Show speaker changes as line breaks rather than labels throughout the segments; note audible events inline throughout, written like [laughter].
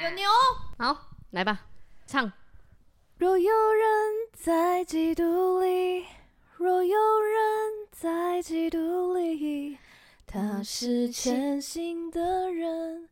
有牛，
好，来吧，唱。
若有人在嫉妒里，若有人在嫉妒里，他是全新的人，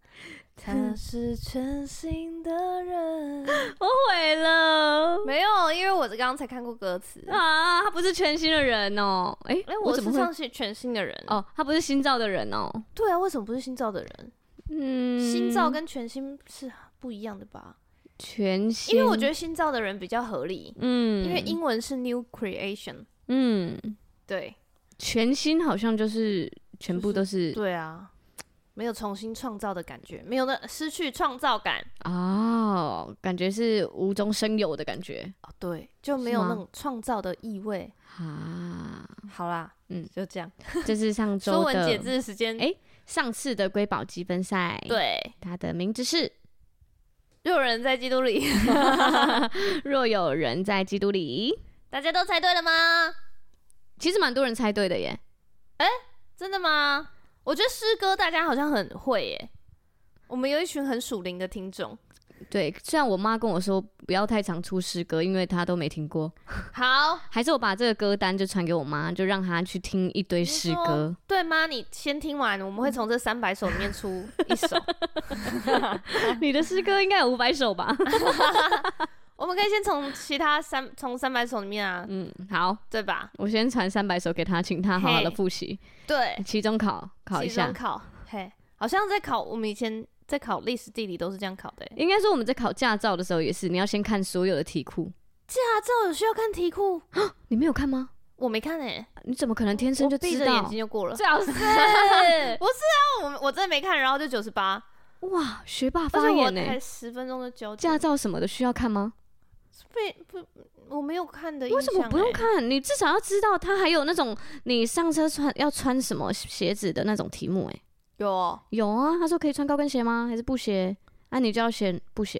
他是全新的人。
我毁了
没有，因为我刚刚才看过歌词。
啊！他不是全新的人哦、诶，哎、
哎，
我
我
怎么
是
会？
上是全新的人。
哦，他不是新造的人哦、
对啊，为什么不是新造的人？
嗯，
新造跟全新是不一样的吧？
全新，
因为我觉得新造的人比较合理，
嗯，
因为英文是 new creation。
嗯，
对
全新好像就是全部都是、
对啊，没有重新创造的感觉，没有那失去创造感。
哦，感觉是无中生有的感觉
哦，对，就没
是
有
吗
那种创造的意味。
[laughs] 啊。
好啦，
嗯
嗯，就这样。
这是上
说
周
文解
的
字时间，
哎上次的瑰宝积分赛，，
对，
它的名字 [laughs] 是
又有人在基督
[laughs]
里， [laughs]
若有人在基督里，
大家都猜对了吗？
其实蛮多人猜对的耶。
真的吗？我觉得诗歌大家好像很会耶。我们有一群很属灵的听众。
对，虽然我妈跟我说不要太常出诗歌，因为她都没听过，
好，
还是我把这个歌单就传给我妈，就让她去听一堆诗
[laughs]
歌。
对吗？你先听完，我
嗯
们会从这三百首里面出
[laughs]
一首。
你的诗歌应该有五百首吧？ [laughs]
我们可以先从其他三从三百首里面啊，
嗯，好，
对吧？
我先传三百首给她，请她好好的
嘿
复习，
对，
期中考考一
期中
下。
考，嘿，好像在考我们以前在考历史地理都是这样考的欸耶。
应该说我们在考驾照的时候也是，你要先看所有的题库。
驾照有需要看题库？
你没有看吗？
我没看诶，
你怎么可能天生就
我闭
知
着眼
道
睛？就过了。
最
[laughs]
好是 [laughs]
不是啊，我我真的没看，然后就九十八，
哇，学霸
而
发
且我
言欸呢、
才十分钟就交卷
驾，照什么的需要看吗？
被不我没有看的、欸
为什么不用？看？你至少要知道，它还有那种你上车穿要穿什么鞋子的那种题目、欸。哎，
有哦、
有啊，他说可以穿高跟鞋吗？还是不鞋？那、你就要选不鞋。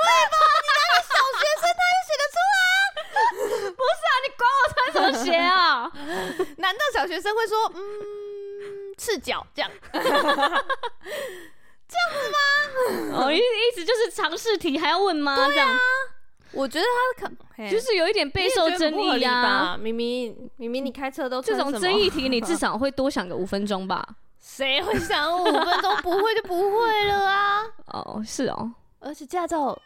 这啊个你不用看也会吧？你那个小学生他也写得出来、啊。不是啊，你管我穿什么鞋啊？
难道小学生会说嗯赤脚这样？
哦，意意思就是尝试题还要问吗？这样
我觉得他
[laughs]
可
啊就是有一点备受争议呀、啊。
吧？明明明明你开车都
这
穿
种
什么
争议啊题，你至少会多想个五分钟吧？
谁会想五分钟不会就不会了啊？
[laughs] 哦，是哦，
而且驾照，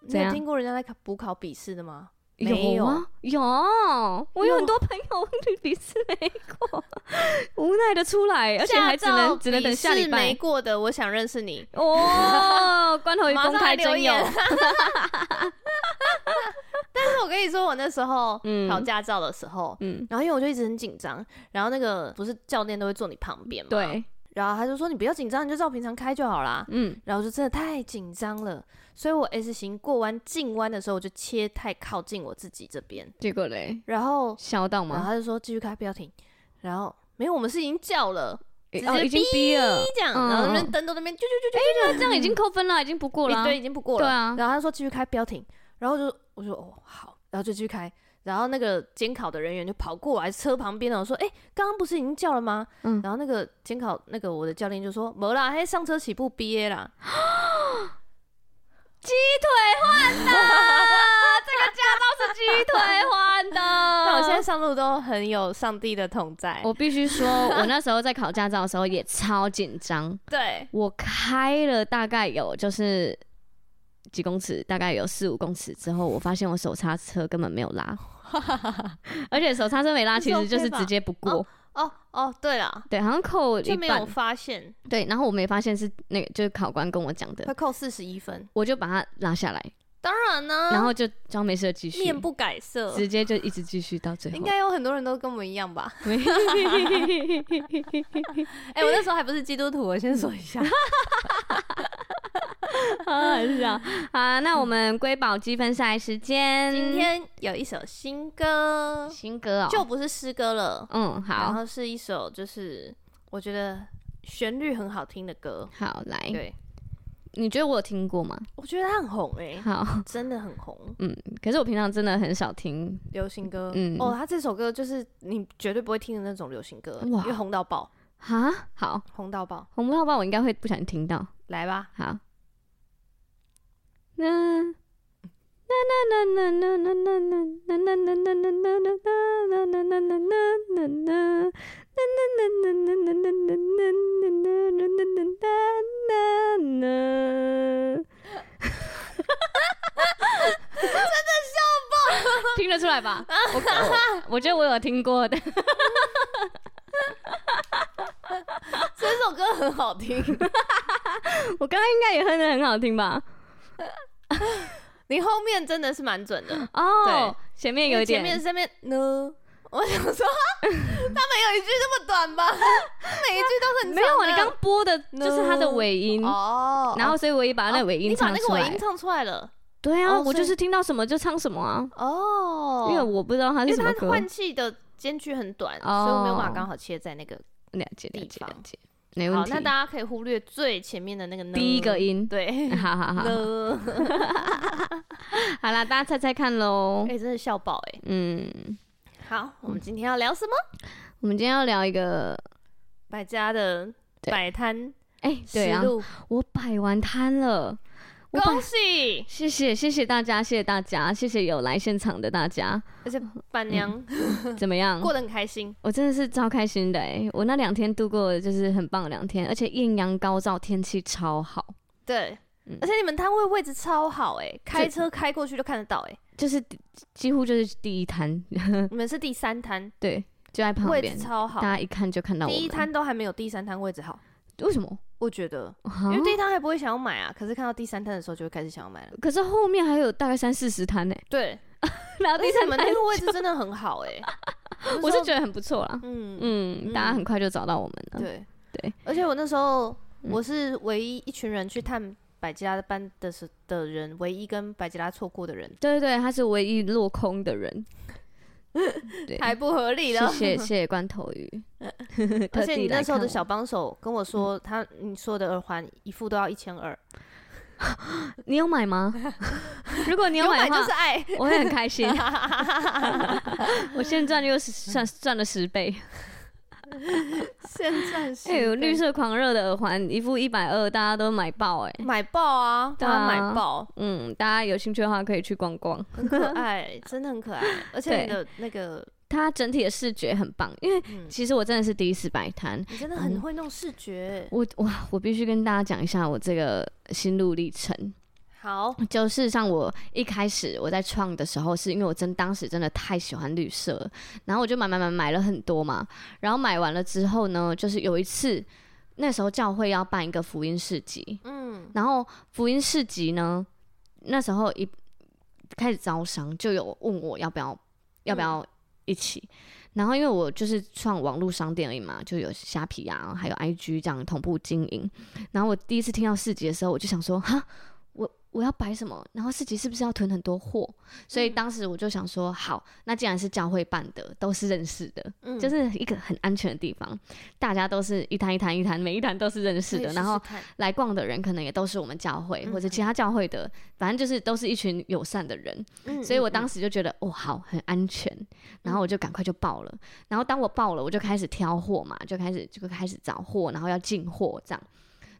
你
怎
有
样
听过人家在考补考笔试的吗？没
有啊，有，我有很多朋友笔试没过，无奈的出来，而且还只
驾照
能只能等下
笔
礼
试没
拜。
过的，我想认识
[laughs]
你。 [laughs]
哦，关头鱼
马上
公开
来留
真有
言， [laughs] 但是我跟你说，我那时候
嗯
考驾照的时候，
嗯，
然后因为我就一直很紧张，然后那个不是教练都会坐你旁边嘛，，
对，
然后他就说你不要紧张，你就照平常开就好啦。
嗯，
然后我就真的太紧张了，所以我 S 型过弯进弯的时候，我就切太靠近我自己这边，
结果嘞，
然后
笑到
然后
吗？
他就说继续开不要停，然后没有，我们是已经叫了，
诶
直
哦，
接
已经逼了
一，这样，
嗯
然后
嗯
那边灯都那边啾啾啾啾，
那这样已经扣分了，已经不过了啊。
对，已经不过了，
对啊
然后他说继续开不要停，然后就我说哦好，然后就继续开。然后那个监考的人员就跑过来车旁边了，我说：“哎、刚刚不是已经叫了吗？”
嗯
然后那个监考那个我的教练就说：“没啦，嘿，上车起步 B A 啦。
是鸡腿换 [laughs] 的。
但我现在上路都很有上帝的同在。
我必须说，我那时候在考驾照的时候也超紧张，
对，
我开了大概有就是几公尺，大概有四五公尺之后，我发现我手刹车根本没有
[laughs]
拉，而且手刹车没拉
你
其
是
实就是
OK 吧
直接不过，
哦哦，对了，
对，好像扣一
就没有
半，
发现，
对，然后我没发现是那个就是考官跟我讲
会
的，
扣四十一分。
我就把它拉下来，
当然呢、
然后就装没事地继续，
啊面不改色，
直接就一直继续到最后， [laughs]
应该有很多人都跟我们一样吧？
没
[laughs] 哎、我那时候还不是基督徒，我先说一下。
啊是啊，好，那我们瑰宝积分赛时间，
[laughs] 今天有一首新歌，
新歌哦，
就不是诗歌了，
嗯
然
好
后是一首就是我觉得旋律很好听的歌。
好来，
对，
你觉得我有听过吗？
我觉得它很红哎、 [laughs]
好， [laughs]
真的很红，
嗯，可是我平常真的很少听，
流行歌。
嗯
哦，他这首歌就是你绝对不会听的那种流行歌，
哇
因为红到爆，
哈，好，
红到爆。
红不到吧，我应该会不小心听到。
来吧， [laughs]
好。那那那那那那那那那那那那那那那那那那那那那 [laughs] 听得出来吧？我我我觉得我有听过的，
[laughs] 这首歌很好听， [laughs]
我刚刚应该也哼的很好听吧？
你后面真的是蛮准的，
哦，前面有一点，
前面上面呢， [laughs] 我想说他没有一句这么
[laughs]
短吧，每一句都很长的
没有啊，你刚播的就是它的尾音，
哦，
然后所以我也把那尾音
你把
唱
那个
出
尾
来
音。唱出来了
对啊，
哦
我
所以
就是听到什么就唱什么啊，
哦，
因为我不知道它
因
是什
为
么
它
歌。
换气的间距很短，
哦
所以我没有办法刚好切在那个。
了解了
地
解了
方
解，没问
好，
题。
那大家可以忽略最前面的那个呢
第一个
[laughs]
音，。
对
[laughs] 好好好，
呢，
好啦，大家猜猜看喽
哎、。真是笑爆哎、
嗯，
好，我们今天要聊什么？
我们今天要聊一个，
百家的
对
摆摊
哎，对
实
啊，
录，
我摆完摊了，我摆
恭喜！
谢谢谢谢大家，谢谢大家，谢谢有来现场的大
[laughs]
家，
而且板娘、
嗯怎么样？
过得很开心，
我真的是超开心的哎、我那两天度过就是很棒的两天，而且艳阳高照，天气超好，
对，
嗯
而且你们摊位位置超好哎、开车开过去就看得到哎、
就是第几乎就是第一摊， [laughs]
你们是第三摊，
对，就嗯在旁
位
边
置，超好
大，家一看就看到我
第
们。
一摊都还没有第三摊位置好，
为什么？
我觉得，
啊
因为第一摊还不会想要买啊，可是看到第三摊的时候就会开始想要买了。
可是后面还有大概三四十摊欸呢、
[laughs] 对，
然后
而
第
且你
三 [laughs]
们
摊
那个位置真的很好哎、
[laughs] 我是
得，
觉得很不错啦。
嗯
嗯，
嗯
大家很快就找到我们了。
对
对，
而且我那时候
嗯
我是唯一一群人去探百吉拉的班的时的人，唯一跟百吉拉错过的人，
对对对，他是唯一落空的
[laughs]
人。对，
太不合理
谢
了。
谢谢谢罐头鱼，
[laughs] 而
特
且
地
你那
来
时候
看
的
我
小帮手跟我说，他你说的耳环一副都要一千二，
你有买
[laughs]
吗？如果你有买
买
的话，
就是
[laughs]
爱。
我会很开心。我现在赚又是算赚了十倍。
[laughs] 现在是
哎、有绿色狂热的耳环，一副一百二，大家都买爆哎、
买爆啊，
对
大
啊
家买爆，
嗯，大家有兴趣的话可以去逛逛。[laughs]
很可爱，真的很可爱。而且你的那个，
它整体的视觉很棒，因为
嗯，
其实我真的是第一次摆摊。
你真的很会弄视觉。
我哇，我必须跟大家讲一下我这个心路历程。
好，
就事实上，我一开始我在创的时候，是因为我真当时真的太喜欢绿色了，然后我就买买买买了很多嘛。然后买完了之后呢，就是有一次，那时候教会要办一个福音市集，
嗯，
然后福音市集呢，那时候一开始招商就有问我要不要要不要一起，然后因为我就是创网络商店而已嘛，就有虾皮啊，还有 IG 这样同步经营。然后我第一次听到市集的时候，我就想说，哈，我我要摆什么？然后市集是不是要囤很多货？所以当时我就想说，好，那既然是教会办的，都是认识的，
嗯
就是一个很安全的地方，大家都是一摊一摊一摊，每一摊都是认识
可以
的，
试
然后
试看
来逛的人可能也都是我们教会
嗯
或者其他教会的，反正就是都是一群友善的人，
嗯
所以我
嗯
当时就觉得哦好，很安全，然后我就赶快就报了，然后当我报了，我就开始挑货嘛，就开始就开始找货，然后要进货这样，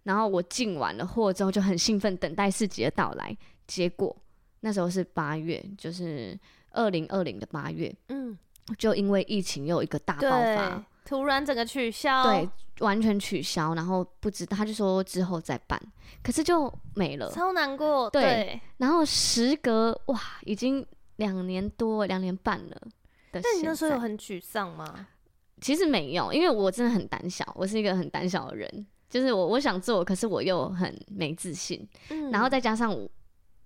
然后我进完了货之后就很兴奋，等待市集的到来，结果那时候是八月，就是二零二零的八月，
嗯，
就因为疫情又有一个大爆发
对，，突然整个取消，
对，，完全取消，然后不知道他就说之后再办，可是就没了。
超难过，
对
对。
然后时隔哇，已经两年多两年半了。但
但你那时候有很沮丧吗？
其实没有，因为我真的很胆小，我是一个很胆小的人，就是我我想做，可是我又很没自信，
嗯
然后再加上我。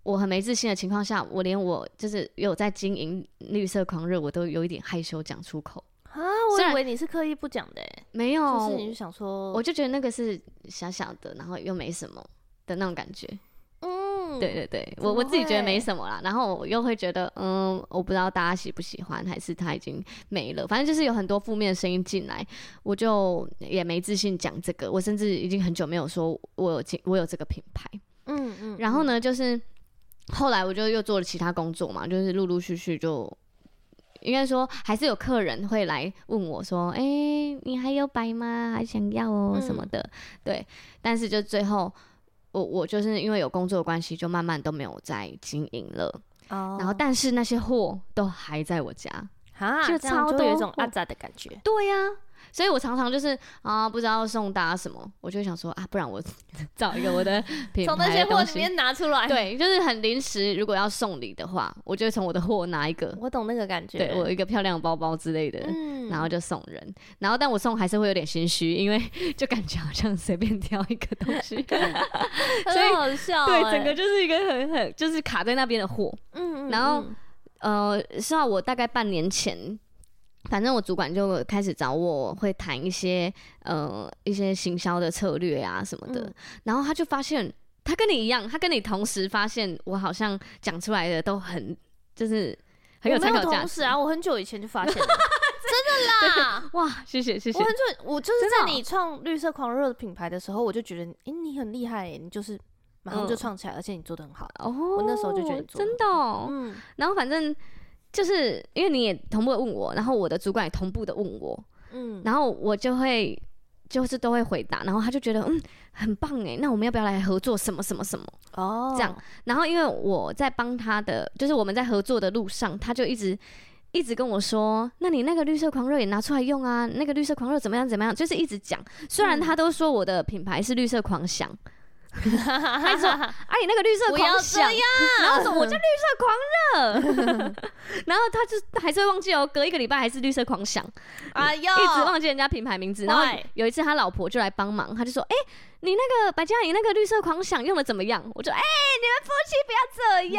我很没自信的情况下，我连我就是有在经营绿色狂热，我都有一点害羞讲出口。
啊，
虽
我
然哦
以为你是刻意不讲的欸，
没有，
就是你就想说，
我就觉得那个是小小的，然后又没什么的那种感觉。
嗯，
对对对，
怎
我我
么
自己觉得没
会
什么啦，然后我又会觉得，嗯，我不知道大家喜不喜欢，还是他已经没了，反正就是有很多负面的声音进来，我就也没自信讲这个，我甚至已经很久没有说我有进我有这个品牌，
嗯嗯，
然后呢，就是后来我就又做了其他工作嘛，就是陆陆续续就。应该说，还是有客人会来问我说：“哎、你还有摆吗？还想要哦、什么
嗯
的。”对，但是就最后我我就是因为有工作的关系，就慢慢都没有再经营了。
哦
然后，但是那些货都还在我家。
啊，
就
这样
超
就会有一
多
种阿
货
杂的感觉。
对呀、所以我常常就是啊，不知道送大家什么，我就想说啊，不然我 [laughs] 找一个我的 [laughs] 品
从那
牌
些
的
货
东
里
西。
面拿出来，，
对，就是很临时，如果要送礼的话，我就会从我的货拿一个，
我懂那个感觉。
对我一个漂亮的包包之类的。
嗯
然后就送人，然后但我送还是会有点心虚，因为 [laughs] 就感觉好像随便挑一个东西，所以
很好笑欸，
对，整个就是一个很很就是卡在那边的货，
嗯，嗯
然后
嗯
呃，是啊，我大概半年前，反正我主管就开始找我，会谈一些呃一些行销的策略啊什么的，
嗯
然后他就发现他跟你一样，他跟你同时发现我好像讲出来的都很就是很有
我没
参考价
同
值
时啊，我很久以前就
[laughs]
发现了，真的啦。
哇，谢谢谢谢
我，很准，我就是
真的
在
哦
你创绿色狂热的品牌的时候，我就觉得，诶，你很厉害耶，欸你就是马上就
嗯
创起来，而且你做的很好。
哦，
我那时候就觉得你做得
真的哦、
嗯，
然后反正就是因为你也同步的问我，然后我的主管也同步的问我，
嗯，
然后我就会就是都会回答，然后他就觉得嗯很棒哎，那我们要不要来合作什么什么什么？
哦，
这样，然后因为我在帮他的，就是我们在合作的路上，他就一直一直跟我说，那你那个绿色狂热也拿出来用啊，那个绿色狂热怎么样怎么样，就是一直讲。虽然
嗯
他都说我的品牌是绿色狂
[laughs]
想，
他
就说哎，你那个绿色
不要
狂
这
想
样，，
然后我说我就绿色狂热，
[laughs]
[laughs] 然后他就还是会忘记哦，隔一个礼拜还是绿色狂想。
哎呦，
一直忘记人家品牌名字，然后
坏
有一次他老婆就来帮忙，他就说：“哎、你那个白嘉颖那个绿色狂想用的怎么样？”我就：“哎、你们夫妻不要这样。”
[laughs]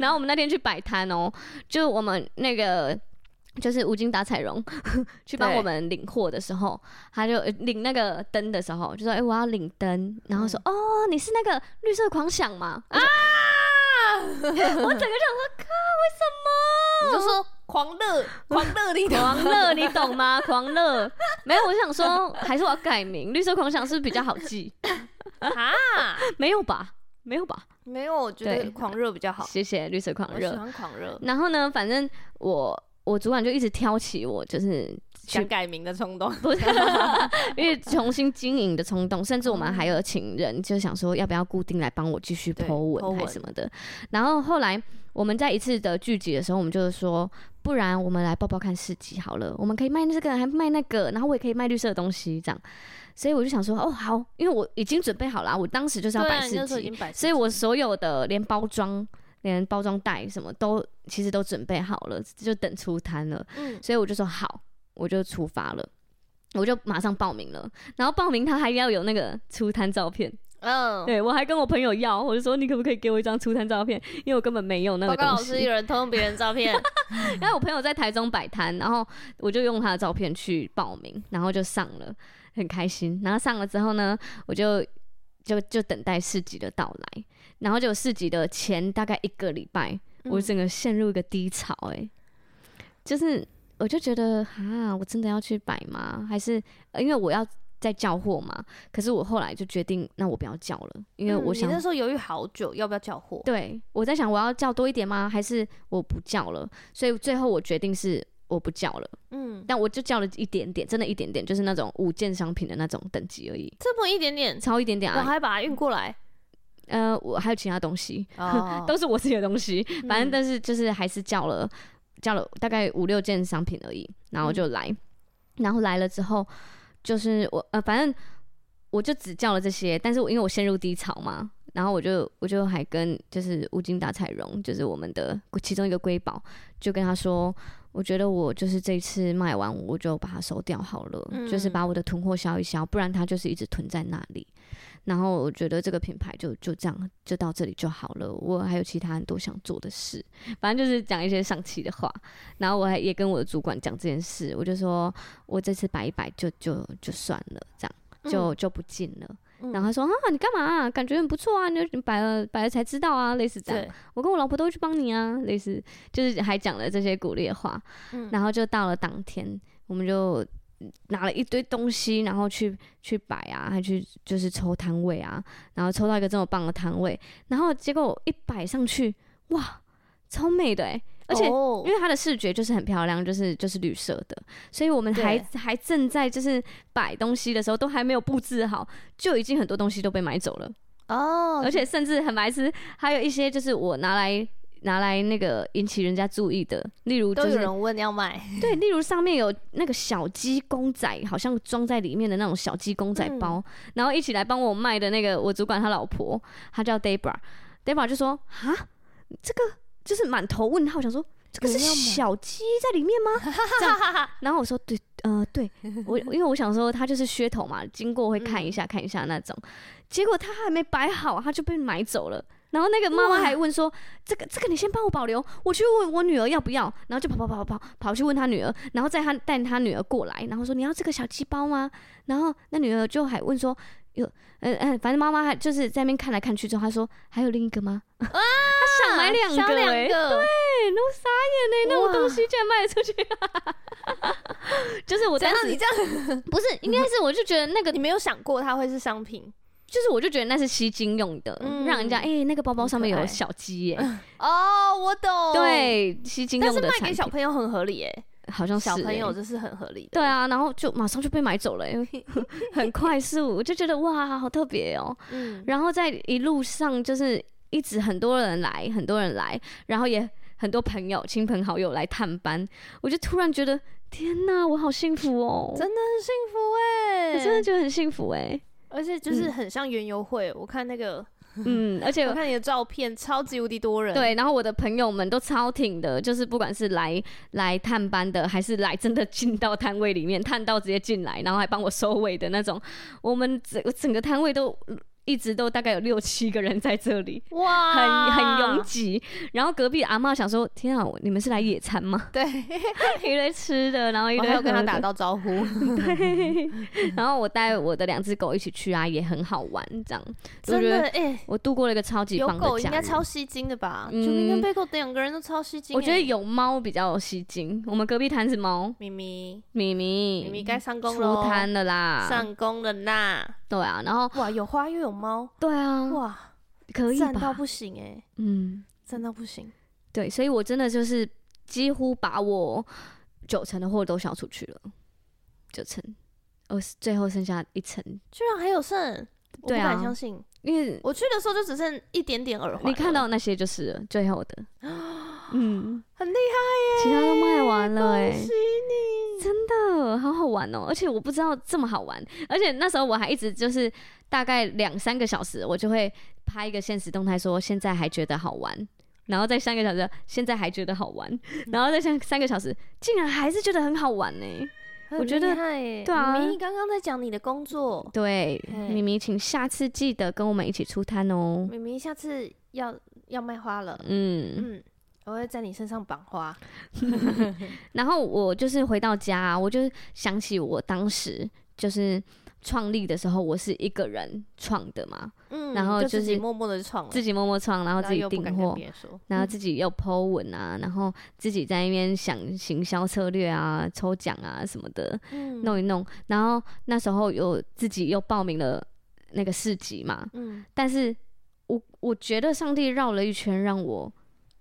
[laughs] 然后我们那天去摆摊哦，就我们那个。就是无精打采蓉 [laughs] 去帮
对
我们领货的时候，他就呃领那个灯的时候，就说：“哎、我要领灯。”然后说：“
嗯
哦，你是那个绿色狂想吗？”啊！
啊 [laughs] 你就说狂热，狂热你 [laughs]
[laughs]
的，
狂热，你懂吗？ [laughs] 狂热，没有，我想说，还是我要改名，绿色狂想是不是比较好记？
啊，
[laughs] 没有吧？没有吧？
没有，我觉得
对
狂热比较好，
谢谢绿色狂
我喜
热。
欢狂热，
然后呢，反正我我主管就一直挑起我，就是
想改名的冲
[laughs]
动，
不是， [laughs] 因为重新经营的冲动，甚至我们还有请人，就想说要不要固定来帮我继续
对
Po
，po
文还
文
什么的。然后后来我们在一次的聚集的时候，我们就是说，不然我们来抱抱看市集好了，我们可以卖这个，还卖那个，然后我也可以卖绿色的东西这样。所以我就想说，哦好，因为我已经准备好了啊，我当时就是要
对
摆
啊，你
市
那时候已
集，
经摆市集，
所以我所有的连包装、连包装袋什么都其实都准备好了，就等出摊了。
嗯，
所以我就说好，我就出发了，我就马上报名了。然后报名他还要有那个出摊照片，
嗯，
对我还跟我朋友要，我就说你可不可以给我一张出摊照片，因为我根本没有那
报
个
告
东
老师
西
有。人偷用别人照片，
然后我朋友在台中摆摊，然后我就用他的照片去报名，然后就上了，很开心。然后上了之后呢，我就。就就等待市集的到来，然后就市集的前大概一个礼拜， [laughs] 我
嗯
整个陷入一个低潮、哎，就是我就觉得啊，我真的要去摆吗？还是呃因为我要再叫货嘛？可是我后来就决定，那我不要叫了，因为
嗯
我想
你那时候犹豫好久，要不要叫货？
对，我在想我要叫多一点吗？还是我不叫了？所以最后我决定是我不叫了，
嗯，
但我就叫了一点点，真的一点点，就是那种五件商品的那种等级而已，
这么一点点，
超一点点
我
啊。
还把它运过来，
呃，我还有其他东西，[laughs]
哦
都是我自己的东西，反
嗯
正但是就是还是叫了叫了大概五六件商品而已，然
嗯
后就来，然后来了之后就是我呃反正我就只叫了这些，但是我因为我陷入低潮嘛，然后我就我就还跟就是无精打采蓉，就是我们的其中一个瑰宝，就跟他说。我觉得我就是这次卖完，我就把它收掉好了，就是
嗯
把我的囤货消一消，不然它就是一直囤在那里。然后我觉得这个品牌就就这样，就到这里就好了。我还有其他很多想做的事，反正就是讲一些上气的话。然后我还也跟我的主管讲这件事，我就说我这次摆一摆就就就算了，这样就、就不进了。
嗯
然后他说啊，你干嘛、啊？感觉很不错啊，你就你摆了摆了才知道啊，类似这样。
对，
我跟我老婆都会去帮你啊，类似就是还讲了这些鼓励的话。
嗯
然后就到了当天，我们就拿了一堆东西，然后去去摆啊，还去就是抽摊位啊，然后抽到一个这么棒的摊位，然后结果我一摆上去，哇，超美的哎、而且
哦
因为它的视觉就是很漂亮，就是就是绿色的，所以我们还还正在就是摆东西的时候，都还没有布置好，就已经很多东西都被买走了，
哦，
而且甚至很白痴，还有一些就是我拿来拿来那个引起人家注意的，例如
都
就
有
是
人问要买，
对，例如上面有那个小鸡公仔，好像装在里面的那种小鸡公仔
嗯
包，然后一起来帮我卖的那个我主管他老婆，她叫 Debra，Debra 就说啊，这个就是满头问号，想说这个是
有人要买
小鸡在里面吗？ [laughs] 这样，然后我说对，呃，对我因为我想说它就是噱头嘛，经过会看一下、看一下那种，结果他还没摆好，他就被买走了。然后那个妈妈还问说：“这个这个你先帮我保留，我去问我女儿要不要。”然后就跑跑跑跑跑跑去问他女儿，然后再他带他女儿过来，然后说：“你要这个小鸡包吗？”然后那女儿就还问说：“有，嗯、嗯，反正妈妈还就是在那边看来看去之后，她说还有另一个吗？” [laughs] 她想买两个、欸，
商量个，
对，那我傻眼嘞、那种
哇
东西竟然卖得出去，
啊 [laughs]
就是我
怎
当
样？
时
你这样，
不是，应该是我就觉得那个
你没有想过它会是
[laughs]
商品
就是我就觉得那是吸睛用的，
嗯
让人家哎、欸那个包包上面
很可
有
爱
小鸡耶、
哦，我懂，，
对，吸睛
但
用
是
的
卖
产
给
品
小朋友很合理耶，
好像是、
小朋友
欸
这是很合理的，
对啊，然后就马上就被买走了、
[laughs]
欸，很快速，我就觉得哇，好特别哦、
嗯，
然后在一路上就是一直很多人来，很多人来，然后也很多朋友、亲朋好友来探班，我就突然觉得天哪，我好幸福哦、
真的很幸福哎，
我真的觉得很幸福哎、欸
而且就是很像园游会，我看那个，
嗯，而且
我看你的照片，超级无敌多人，，
对，然后我的朋友们都超挺的，就是不管是来来探班的，还是来真的进到摊位里面探到直接进来，然后还帮我收尾的那种，我们整整个摊位都一直都大概有六七个人在这里。
哇，
很很拥，挤，然后隔壁阿嬷想说：“天啊，你们是来野餐吗？ [laughs]
对，
一堆吃的，然后一
我
堆
还有跟他
喝
打
的
到招 [laughs] 呼，
[laughs] 然后我带我的两只狗一起去啊，也很好玩，这样。我
真
觉
的
得
哎，
我度过了一个超级
有
棒的
狗
假
应该
日。
超吸睛的吧？
嗯
九明跟贝克两个人都超吸睛欸。
我觉得有猫比较有吸睛，我们隔壁摊是猫，
咪咪，
米
咪
米，
咪该上工
出
了，
摊了啦，
上工了啦！
对啊，然后
哇，有花又有猫，
对啊，
哇，
可以
赞到
吧？
不行哎，
嗯，
赞到不行。
对，所以我真的就是几乎把我九成的货都销出去了，九成，我是最后剩下一层，
居然还有剩，我不
对啊
敢相信。
因为
我去的时候就只剩一点点耳环了，
你看到那些就是了最后的，嗯，
很厉害耶，
其他都卖完了哎、
恭喜你！
真的好好玩哦，而且我不知道这么好玩，而且那时候我还一直就是大概两三个小时，我就会拍一个现实动态说现在还觉得好玩，然后再三个小时现在还觉得好玩，
嗯
[laughs] 然后再三三个小时竟然还是觉得很好玩呢、我觉得
很厉害耶
对啊
咪咪刚刚在讲你的工作，
对，
嘿
咪咪，请下次记得跟我们一起出摊哦。
咪咪下次要要卖花了，
嗯，
嗯，我会在你身上绑花，
然后我就是回到家、我就想起我当时就是创立的时候，我是一个人创的嘛，
嗯，
然后
就
就
自己
是
默默的创了，
自己默默创，然后
然
自
后
己
又不
订
敢跟
货，
别人说，嗯
然后自己又 Po 文啊，然后自己在那边想行销策略啊、抽奖啊什么的，
嗯
弄一弄。然后那时候有自己又报名了那个市集嘛，
嗯，
但是我我觉得上帝绕了一圈让我，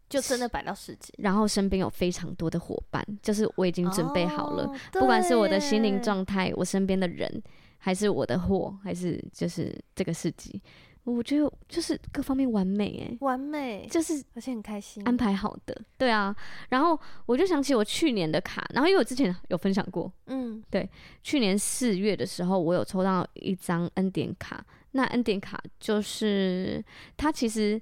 就真的摆到十级，
然后身边有非常多的伙伴，就是我已经准备好了，
哦，
不管是我的心灵
对
状态、我身边的人，还是我的货，还是就是这个市集，我觉得就是各方面完美哎、
完美，
就是
而且很开心，
安排好的，对啊。然后我就想起我去年的卡，然后因为我之前有分享过，
嗯，
去年四月的时候，我有抽到一张恩典卡。那恩典卡就是它其实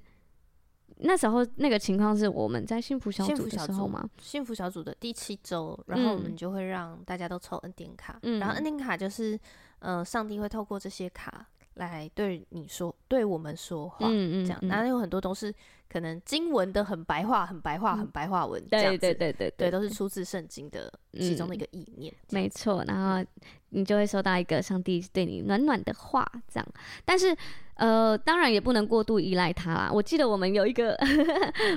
那时候那个情况是我们在幸福小
幸
组
福
的
小
时候
组
嘛，
幸福小组的第七周，然后我们
嗯
就会让大家都抽恩典卡，
嗯
然后恩典卡就是，呃，上帝会透过这些卡来对你说，对我们说话。
嗯嗯，
这样，
嗯
然后有很多都是可能经文的很白话、很白话、很白话文，这样
嗯对
子
对对对
对，，都是出自圣经的其中的一
嗯
个意念。
没错。然后你就会收到一个上帝对你暖暖的话，这样。但是呃，当然也不能过度依 [laughs] 赖他啦。我记得我们有一个，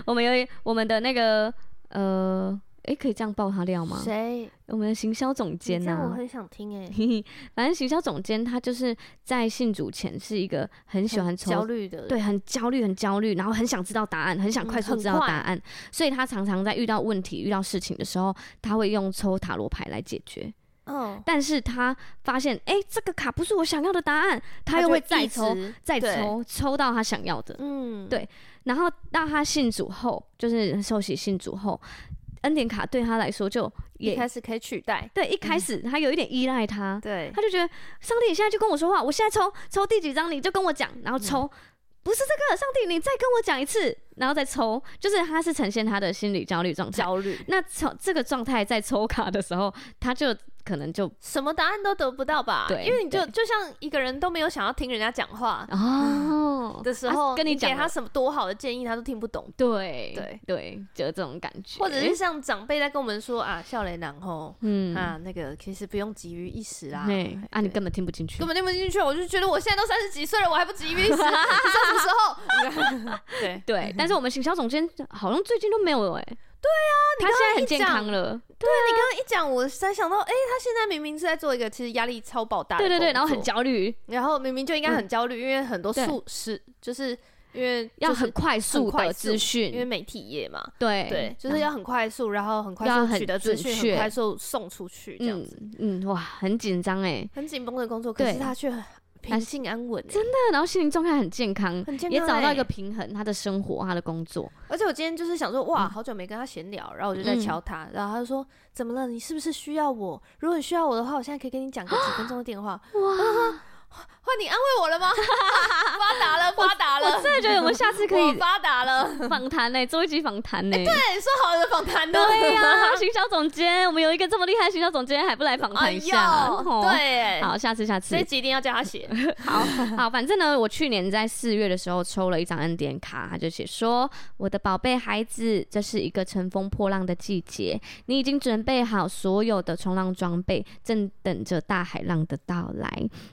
我们有一我们的那个呃诶，可以这样爆他料吗？
谁？
我们的行销总
你
监
这
呐、
样我很想听哎、
[laughs] 嘿嘿，反正行销总监他就是在信主前是一个很喜欢
很焦
抽，
虑的，
对，很焦虑，很焦虑，然后很想知道答案，很想
嗯
快速
很
知道
快
答案，所以他常常在遇到问题、遇到事情的时候，他会用抽塔罗牌来解决。
嗯，
但是他发现，哎、这个卡不是我想要的答案，他
就
又会
一
再抽、
直
再
对
抽，抽到他想要的。
嗯，
对然后到他信主后，就是受洗信主后，恩典卡对他来说就
一
也
开始可以取代，
对一开始他有一点依赖他，
对，
他就觉得上帝，你现在就跟我说话，我现在抽抽第几张你就跟我讲，然后抽、
嗯
不是这个，上帝你再跟我讲一次，然后再抽，就是他是呈现他的心理焦虑状态。
焦虑，
那抽这个状态在抽卡的时候，他就可能就
什么答案都得不到吧？
对
因为你就
对
就像一个人都没有想要听人家讲话
哦 [laughs]
的时
啊
候，
跟
你
讲
给
了，
他什么多好的建议，他都听不懂，
对
对
对，就这种感觉，
或者是像长辈在跟我们说啊，笑雷男吼
嗯
啊，那个其实不用急于一时啦，
嘿啊，你
对
根本听不进去，
根本听不进去，我就觉得我现在都三十几岁了，我还不急于 [laughs] 一时，你说什么时候？ [laughs] 对，
对，但是我们行销总监好像最近都没有哎、对啊，他现在很健康了，
一讲我才想到，哎、他现在明明是在做一个其实压力超爆大
对
的工作，
对对，然后很焦虑，
然后明明就应该很焦虑，因为很多
对
速是就是因为
要
就是
很快速
快
的
速
资讯，
因为媒体业嘛，
对嗯
对，就是要很快速，然后很快
要
速
很
取得资讯，
准确
很快速送出去，这样子，
嗯嗯，哇，很紧张哎，
很紧绷的工作，可是
对
他却很平静安稳欸，真的
那然后心灵状态很健康。
很健康，哎
也找到一个。平衡，他的生活，他的工
[laughs]
作，
而且我今天就是想说，哇，好久没跟他闲聊，然后我就在
嗯
敲他，然后他就说，怎么了？你是不是需要我？如果你需要我的话，我现在可以跟你讲个几分钟的电话。
[gasps] 哇！
换你安慰我了吗？ [laughs] 发达了，发达了，
[laughs] 我真的觉得我们下次可
[laughs] 我
以
发达了。
访谈呢，做一集访谈欸呢。
哎，说好的访谈呢？
对呀， [laughs] 行销总监，我们有一个这么厉害的行销总监，还不来访
[laughs] 哎
[laughs] 谈一
呦，
下？吼
对，
好，下次下次
这一。集一定要叫
[laughs]
他写。
好好，反正呢，我去年在四月的时候抽了一张恩典卡，他就写说：“我的宝贝孩子，这是一个乘风破浪的季节，你已经准备好所有的冲浪装备，正等着大海浪的到来。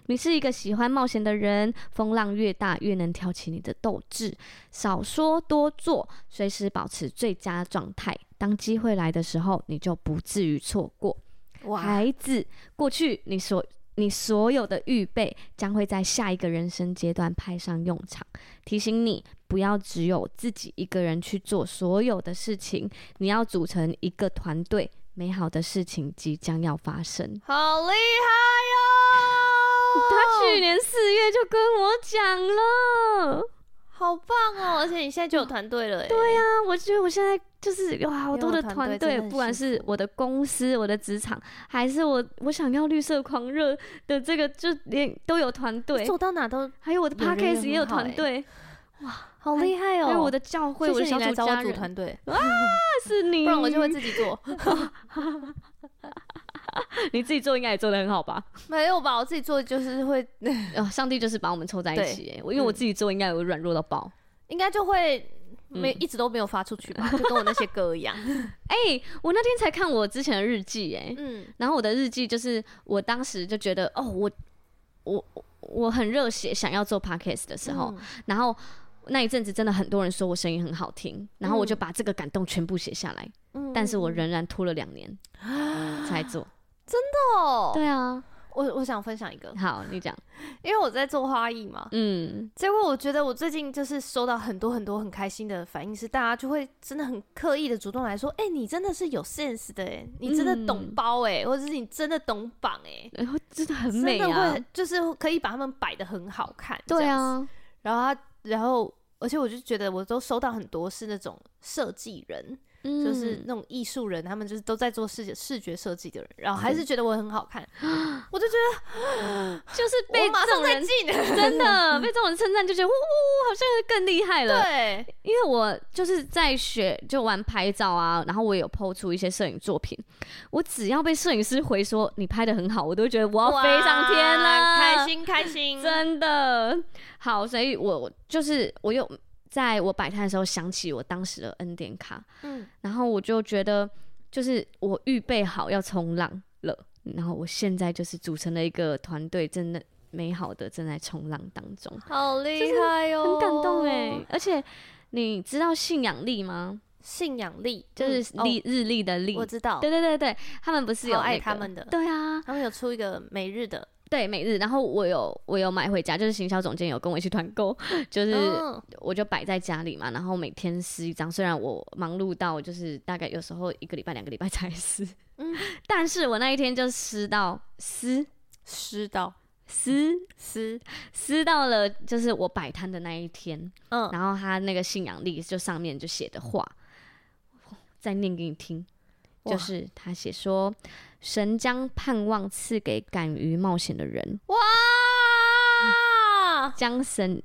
你是一个喜欢冒险的人，风浪越大越能挑起你的斗志。少说多做，随时保持最佳状态。当机会来的时候，你就不至于错过。”
哇，
孩子，过去你所你所有的预备将会在下一个人生阶段派上用场。提醒你，不要只有自己一个人去做所有的事情，你要组成一个团队。美好的事情即将要发生。
好厉害哦！
他去年四月就跟我讲了，
好棒哦，而且你现在就有团队了，对呀，
那我觉得我现在就是有好多的
有团队
团
真
队，
的很
不管
幸
是
福
我的公司、我的职场，还是我我想要绿色狂热的这个，就连都有团队。
走到哪都
还有我的
有人缘
podcast 也有
很好
团
欸
队，
好厉害哦。
还有哎我的教会，
谢
我的
谢
小
你来
组
找
家
我组
人，
团队，
是你，
不然我就会自己做。
你自己做，应该也做的很好吧？
没有吧，我自己做就是会，
[laughs] 哦，上帝就是把我们凑在一
对
起欸，我因为我
嗯
自己做，应该有软弱到爆。
应该就会没
嗯
一直都没有发出去
[laughs]
吧，就跟我那些歌一样。
哎，我那天才看我之前的日记，哎，
嗯，
然后我的日记就是我当时就觉得，哦，我我我很热血，想要做 podcast 的时候，
嗯
然后。那一阵子真的很多人说我声音很好听，然后我就
嗯
把这个感动全部写下来，[laughs]
嗯
但是我
嗯
仍然拖了两年才 [laughs] 做。
哦，
对啊，
我我想分享一个，
好，你讲，
因为我在做花艺嘛，
嗯，
结果我觉得我最近就是收到很多很多很开心的反应，是大家就会真的很刻意的主动来说，哎、你真的是有 sense 的、哎，你真的懂
嗯
包、哎、或者是你真的懂绑、哎。
然后真的很
真
美
的
啊
会，就是可以把它们摆的很好看，
对
这样
啊，
子。然后他，然后而且我就觉得我都收到很多是那种设计人，
嗯
就是那种艺术人，他们就是都在做视觉视觉设计的人，然后还是觉得我很好看，
[gasps]
我就觉得
就是被
我马
这
上
种
在
人 [laughs]
进， [laughs]
真的被这种人称赞，就觉得呜呜，好像更厉害了。
对，
因为我就是在学就玩拍照啊，然后我也有抛出一些摄影作品，我只要被摄影师回说你拍的很好，我都会觉得我要哦飞上天了，
哇开，心开心，
真的好。所以我就是我有在我摆摊的时候想起我当时的恩典卡，
嗯。
然后我就觉得，就是我预备好要冲浪了，然后我现在就是组成了一个团队，真的美好的正在冲浪当中，
好厉害哦，
欸很感动哎、而且你知道信仰力吗？
信仰力
就是
嗯哦
历日历的历
我，知道
对，对对对，他们不是有
好爱
那个
他们的
对啊，
他们有出一个每日的，
对每日，然后我有我有买回家，就是行销总监有跟我一起团购， [laughs] 就是
嗯
我就摆在家里嘛，然后每天撕一张。虽然我忙碌到就是大概有时候一个礼拜、两个礼拜才撕，
嗯
[laughs] 但是我那一天就撕到撕
湿
哦
到
撕
湿，
撕到了，就是我摆摊的那一天，
嗯，
然后他那个信仰力就上面就写的话，再念给你听，
哇
就是他写说，神将盼望赐给敢于冒险的人，
哇
将神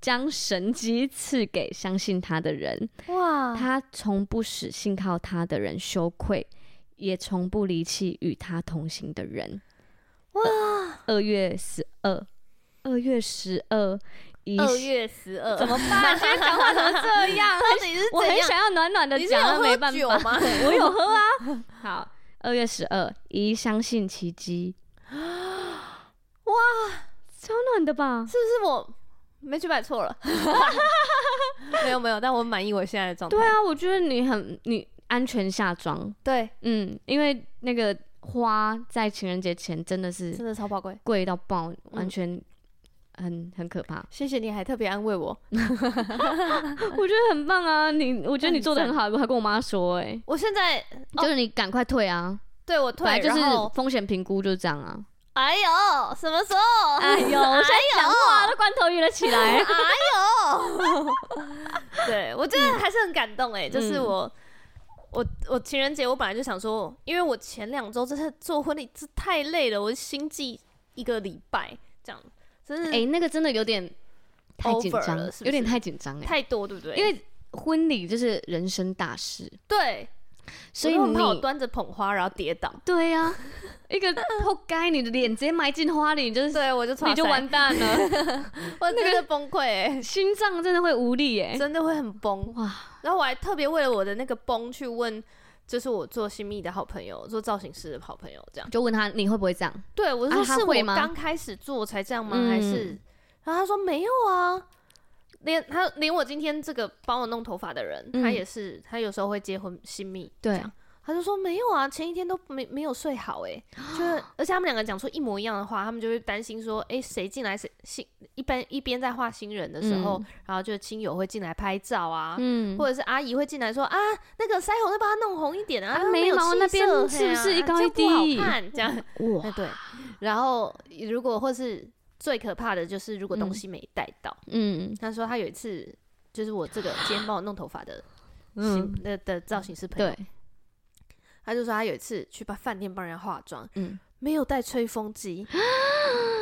将神机赐给相信他的人。
哇，
他从不使信靠他的人羞愧，也从不离弃与他同行的人。哇！二月十二，二月十二，一
二月 [laughs] 十二，
怎么办？今天讲话怎么这样？啊
到底 [laughs] 是
我
怎
很
样？
想要暖暖的
你是
讲，
有
但没办
喝酒
法。
吗？
[laughs] 我有喝啊。好，二月十二，一相信奇迹。
哇，
超暖的吧？
是不是我没去买错
[laughs]
了？没有没有，但我满意我现在的状态。
对啊，我觉得你很你安全下妆，
对，
嗯，因为那个花在情人节前真的是
真的超宝贵。。
贵到爆，完全很、很可怕
[laughs] 谢谢你还特别安慰我，
我觉得很棒啊，你我觉得你做的很好，我还跟我妈说、欸，
我现在
就是你赶快退啊，
对我
本来
哦退，
就是
然后
风险评估就这样
[laughs]
啊。
哎呦，什么时候？哎
哎呦，我现在讲话都罐头语了起来。
对我真的还是很感动
嗯
哎、就是我。我我情人节我本来就想说，因为我前两周真的做婚礼，这太累了，我心悸一个礼拜，这样真
[laughs] 哎、
是
那个真的有点太紧
Over
张
了是不是
有点太紧张哎，
太多，对不对？
因为婚礼就是人生大事，
对，
所以
我都很怕我
你
端着捧花然后跌倒，
对呀、啊，一
[laughs]
个破该你的脸直接埋进花里，你就是
对我就
你就
哇塞
完，蛋了，
[laughs] 我真的崩溃、欸，
心脏真的会无力哎、
真的会很崩。
哇，
然后我还特别为了我的那个崩去问，就是我做新密的好朋友，做造型师的好朋友，这样。
就问他你会不会这样？
对，我是
啊
说
他
是我
会吗
刚开始做才这样吗？
嗯
还是？然后他说没有啊，连他连我今天这个帮我弄头发的人，他
嗯
也是，他有时候会接婚新密，
对
这样他就说没有啊，前一天都没没有睡好哎、 [gasps] 就是而且他们两个讲出一模一样的话，他们就会担心说，哎、谁进来谁新一般一边在画新人的时候，然后就亲友会进来拍照啊。
嗯，
或者是阿姨会进来说啊，那个腮红再把它弄红一点啊，
啊
它没
眉
有
毛
气
那边
色
是
嘿
不
啊
是一
啊
高
这
一
样不好
低
看
[laughs]
这样
哇
哎，对，然后如果或是最可怕的就是如果东
嗯
西没带到，
嗯
他说他有一次就是我这个今天帮我弄头发的新的的造型师朋友，
嗯对，
他就说他有一次去把饭店帮人家化妆，
嗯，
没有带吹风
[laughs]
机，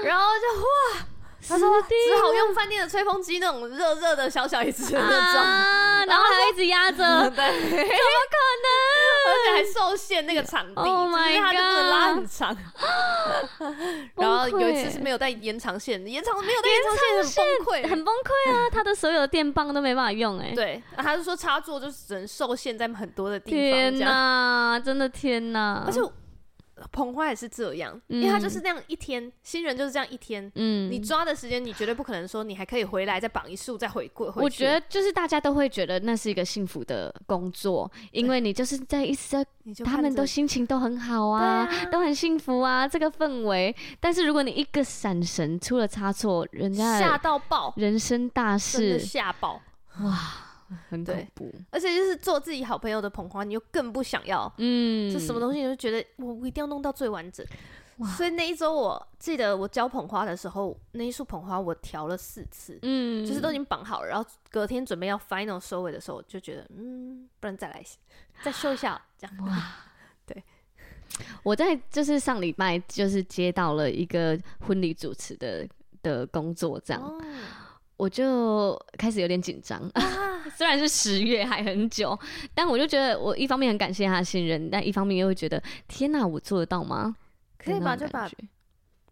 然后就
他
他说他只好用饭店的吹风机那种热热的小小一只的那种。
啊，然后还一直压
[laughs]
着，啊
对，怎么可能？ [laughs] 而且还受限那个场地
[laughs] Oh
就是
my
他就只
god
拉很
[laughs]
长。 [laughs] 然后
崩
有一次
溃
是没有带延长线，延长没有带延长线很崩溃，
很崩溃啊，他的所有的电棒都没办法用哎，
对，啊他是说插座就是只能受限在很多的地方
天
这样，
哪，真的天哪，
而且我捧花也是这样，因为他就是那样一天，新人就是这样一天，
嗯
你抓的时间你绝对不可能说你还可以回来再绑一束再回过回去。
我觉得就是大家都会觉得那是一个幸福的工作，因为你就是在一直在
你就
他
看
们
着
都心情都很好啊，
对啊
都很幸福啊，这个氛围。但是如果你一个闪神出了差错，人家
吓
的
到爆，
人生大
真
事
的吓爆，
很
对
恐怖。
而且就是做自己好朋友的捧花，你又更不想要。
嗯
这什么东西你就觉得我我一定要弄到最完整，所以那一周我记得我浇捧花的时候，那一束捧花我调了四次，
嗯
就是都已经绑好了，然后隔天准备要 final 收尾的时候，就觉得嗯，不然再来一次，再修一下这样。
我在就是上礼拜就是接到了一个婚礼主持的的工作，这样、
哦，
我就开始有点紧张。
啊
[laughs] 虽然是十月还很久，但我就觉得我一方面很感谢他的信任，但一方面又会觉得天哪、我做得到吗？
可以
的那
吧？
种
就把
感觉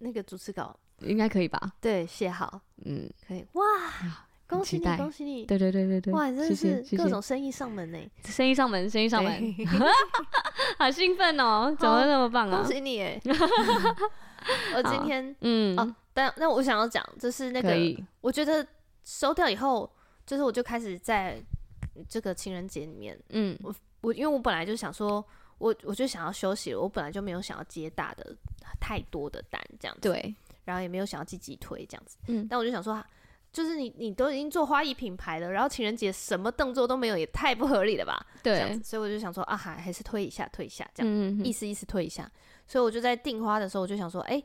那个主持稿
应该可以吧？
对写好，
嗯，
可以哇
呀！
恭喜
期
你，
待
恭喜你！
对对对对对，
哇，你真
谢
的
谢
是
谢
各
谢
种，生意上门呢，
生意上门，生 [laughs] 意上门，
对
[laughs] 好兴奋哦，怎么会那么棒
恭
啊？
喜你
[laughs]
哎！我今
好
天
嗯
哦，但那我想要讲就是那
可
个
以，
我觉得收掉以后，就是我就开始在这个情人节里面，
嗯
我因为我本来就想说，我我就想要休息了，我本来就没有想要接大的太多的单这样子，，
对，
然后也没有想要积极推这样子，
嗯
但我就想说，啊就是你你都已经做花艺品牌了，然后情人节什么动作都没有，也太不合理了吧？这样
对
子，，所以我就想说啊，还还是推一下，推一下这样，
嗯，嗯
意思意思推一下，所以我就在订花的时候，我就想说，哎、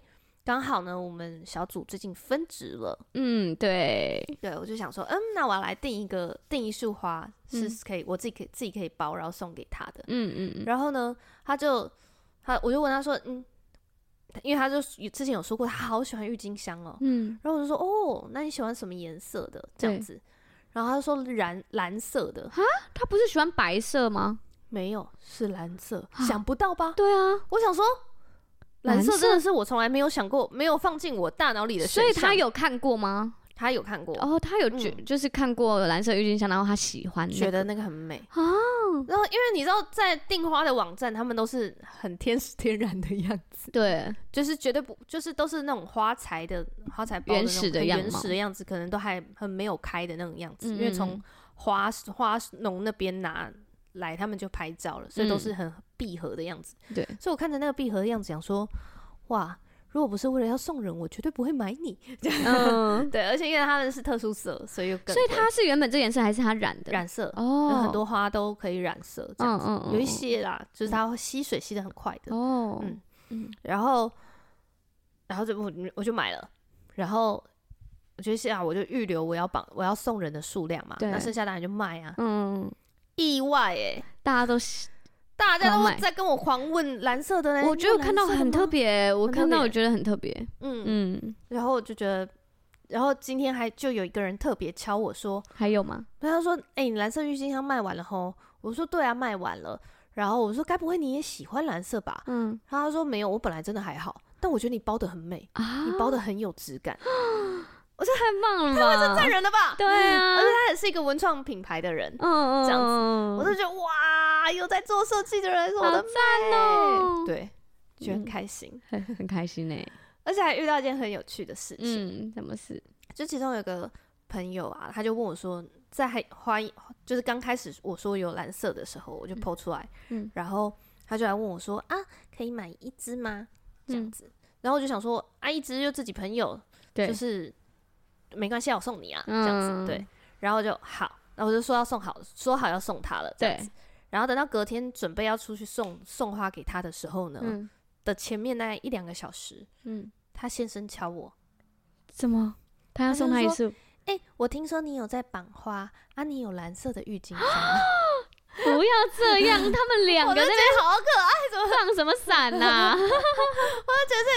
刚好呢，我们小组最近分职了，
嗯，对，
对，我就想说，嗯，那我要来订一个订一束花，是
嗯
可以、我自己可以自己可以包，然后送给他的。
嗯嗯嗯，
然后呢，他就他我就问他说，嗯，因为他就之前有说过，他好喜欢郁金香哦。
嗯
然后我就说，哦，那你喜欢什么颜色的这样
对
子？然后他就说蓝蓝色的，
他不是喜欢白色吗？
没有，是蓝色，想不到吧？
对啊，
我想说，蓝
蓝
色真
色
的是我从来没有想过，没有放进我大脑里的选
所
项。
以他有看过吗？
他有看过，
哦，他有觉
嗯
就是看过蓝色郁金香，然后他喜欢那个，
觉得那个很美
哦。
然后因为你知道，在订花的网站，他们都是很天使天然的样子， [laughs]
对，
就是绝对不就是都是那种花材的花材包
原
那种
始的
很
样
原
貌
始的样子，可能都还很没有开的那种样子，因为
嗯
从花花农那边拿来，他们就拍照了，所以都是很闭合的样子。
嗯对，
所以我看着那个闭合的样子，想说，哇。如果不是为了要送人，我绝对不会买你。 [laughs]
嗯，
对，而且因为它们是特殊色，所以又更
所以
贵
他是原本这颜色还是他染的？
染色，有
哦，
很多花都可以染色，这样
嗯，
子、
嗯嗯，
有一
嗯
些啦，就是它会吸水吸的很快的。
哦，
嗯
嗯嗯
然后，然后这我我就买了，然后我觉得现在我就预留我要绑我要送人的数量嘛，
对
那剩下当然就卖啊。
嗯，
意外哎、
大家都喜，
大家
狂
都
买
在跟我狂问蓝色的嘞，
我觉得
哎你
我
有
看到
蓝色的
很特
吗，
别，我
很
看
特
到我
别
觉得很特别，
嗯，
嗯，
然后我就觉得，然后今天还就有一个人特别敲我说，
还有吗？
他说：“哎、你蓝色郁金香卖完了吼？”我说：“对啊，卖完了。”然后我说：“该不会你也喜欢蓝色吧
嗯？”
然后他说：“没有，我本来真的还好，但我觉得你包的很美，
啊，
你包的很有质感，
太棒了吧！
赞人了吧？”
哦 [laughs] 对啊
而且，他也是一个文创品牌的人，
嗯
这样
子
我就觉得哇，有在做设计的人是我的
好
妹，
哦
对，觉得很
嗯
开心，
很很开心呢。
而且还遇到一件很有趣的事情，
嗯，怎么是？
就其中有个朋友啊，他就问我说，在还花艺就是刚开始我说有蓝色的时候，我就剖出来，
嗯
然后他就来问我说啊，可以买一支吗？这样
嗯
子，然后我就想说啊，一支就自己朋友，
对
就是没关系啊，我送你啊，
嗯
这样子，对，然后就好，然后我就说要送好，说好要送他了，这样
对
子。然后等到隔天准备要出去送送花给他的时候呢，
嗯
的前面那一两个小时，
嗯，
他先生敲我，
怎么？他要
他就
送他一
说
束？
哎、我听说你有在绑花啊，你有蓝色的
[gasps]
郁金香啊，
不要这样，他们两
我
个
就觉
在
得好可爱，怎么
放什么伞
[laughs]
呐？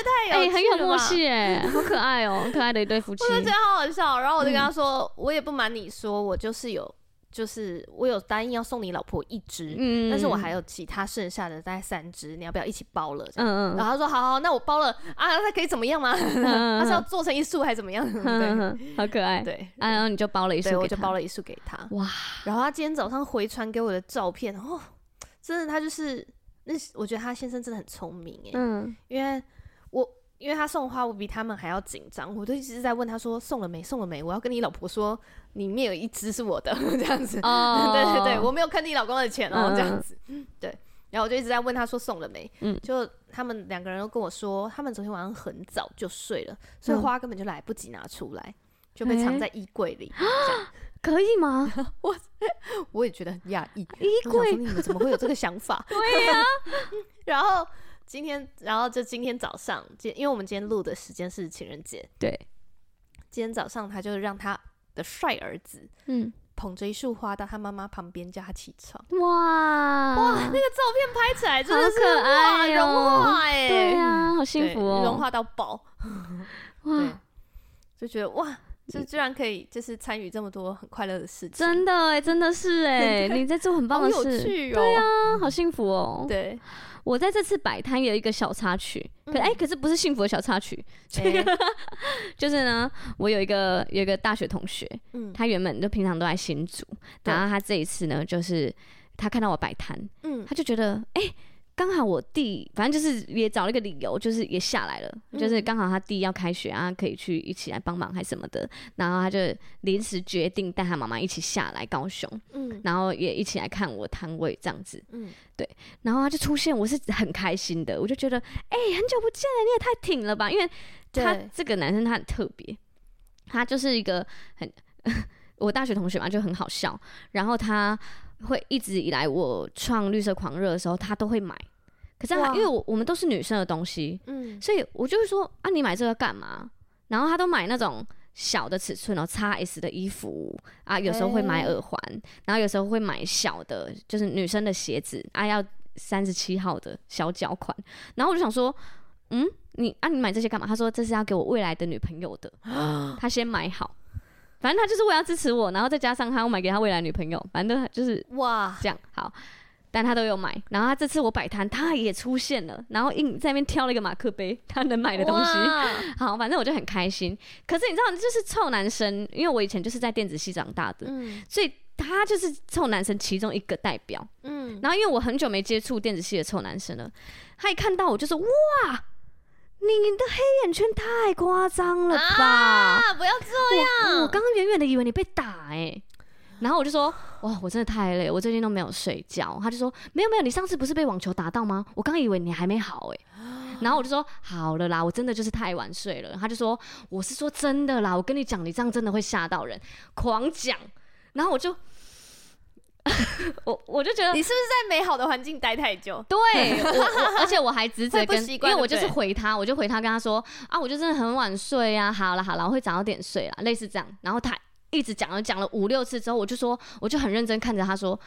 太
哎，
有
很
趣了吧、
有默契
[laughs]
哎，好可爱哦，很可爱的一对夫妻
我。就觉得好好笑。然后我就跟他说，我也不瞒你说，我就是有，就是我有答应要送你老婆一只，
嗯
但是我还有其他剩下的大概三只，你要不要一起包了？这样。
嗯
然
嗯
后他说：“好好，那我包了啊，那可以怎么样吗？
嗯
他是要做成一束还是怎么样？
[laughs]
对
嗯，好可爱。
对
啊，然后你就包了一束，
对，我就包。了一束给他。 [laughs]
哇，
然后他今天早上回传给我的照片，哦，真的他就是那，我觉得他先生真的很聪明哎，
嗯，
因为我因为他送花，我比他们还要紧张，我都一直在问他说送了没，送了没，我要跟你老婆说里面有一只是我的 [laughs] 这样子，
哦
对对对，我没有坑你老公的钱哦、
嗯
这样子，对。然后我就一直在问他说送了没，
嗯
就他们两个人都跟我说，他们昨天晚上很早就睡了，所以
嗯
花根本就来不及拿出来，就被藏
诶
在衣柜里。
哎
这样
可以吗？
[gasps] 我也觉得很讶异，
衣
我想
柜
说你们怎么会有这个想法？ [laughs]
对呀，
然后今天，然后就今天早上，今因为我们今天录的时间是情人节，
[laughs] 对，
今天早上他就让他的帅儿子
嗯，
捧着一束花到他妈妈旁边叫他起床，
哇哇，
那个照片拍起来真的是
好可
哇
爱
融
哦
化哎、
对呀，好
对，
幸福哦，啊
融化到爆，对
哇，，
就觉得哇，就居然可以就是参与这么多很快乐的事情，
嗯真的哎，真的是
[laughs]
哎，你在做很棒
好
的
有
事，
趣哦、
对啊，好幸福哦。，
对，
我在这次摆摊有一个小插曲，可
嗯
哎，可是不是幸福的小插曲，
哎
[laughs] 就是呢，我有一个有一个大学同学，
嗯
他原本就平常都在新竹，
对
然后他这一次呢，就是他看到我摆摊，
嗯
他就觉得哎。刚好我弟，反正就是也找了一个理由，就是也下来了，
嗯
就是刚好他弟要开学啊，可以去一起来帮忙还什么的，然后他就临时决定带他妈妈一起下来高雄，
嗯
然后也一起来看我摊位这样子，
嗯，
然后他就出现，我是很开心的，我就觉得，哎、很久不见了，你也太挺了吧？因为他
对
这个男生他很特别，他就是一个很 [laughs] 我大学同学嘛，就很好笑。然后他会一直以来我创绿色狂热的时候，他都会买。可是他
哇
因为我我们都是女生的东西，
嗯，
所以我就会说啊，你买这个干嘛？然后他都买那种小的尺寸哦，x S 的衣服啊，有时候会买
哎
耳环，然后有时候会买小的，就是女生的鞋子啊，要三十七号的小脚款。然后我就想说，嗯，你啊，你买这些干嘛？他说这是要给我未来的女朋友的，
嗯
[laughs] 他先买好。反正他就是为了要支持我，然后再加上他我买给他未来女朋友，反正就是
哇，
[laughs] 这样好，但他都有买。然后他这次我摆摊，他也出现了，然后硬在那边挑了一个马克杯，他能买的东西。 [laughs]
哇
好，反正我就很开心。可是你知道，就是臭男生，因为我以前就是在电子系长大的，
嗯
所以他就是臭男生其中一个代表。
嗯，
然后因为我很久没接触电子系的臭男生了，他一看到我就说：“哇，你的黑眼圈太夸张了吧！”
啊，不要这样，
我我刚刚远远的以为你被打哎、然后我就说哇，我真的太累，我最近都没有睡觉。他就说没有没有，你上次不是被网球打到吗？我刚以为你还没好哎、
啊
然后我就说好了啦，我真的就是太晚睡了。他就说我是说真的啦，我跟你讲，你这样真的会吓到人，狂讲。然后我就 [laughs] 我我就觉得
你是不是在美好的环境待太久？
对，我
[laughs]
我而且我还直接
会不
跟，
习
因
惯
为我就
对不
是
对
回他，我就回他跟他说啊，我就真的很晚睡啊，好了好了，我会早点睡啦，类似这样。然后他一直讲了讲了五六次之后，我就说，我就很认真看着他说。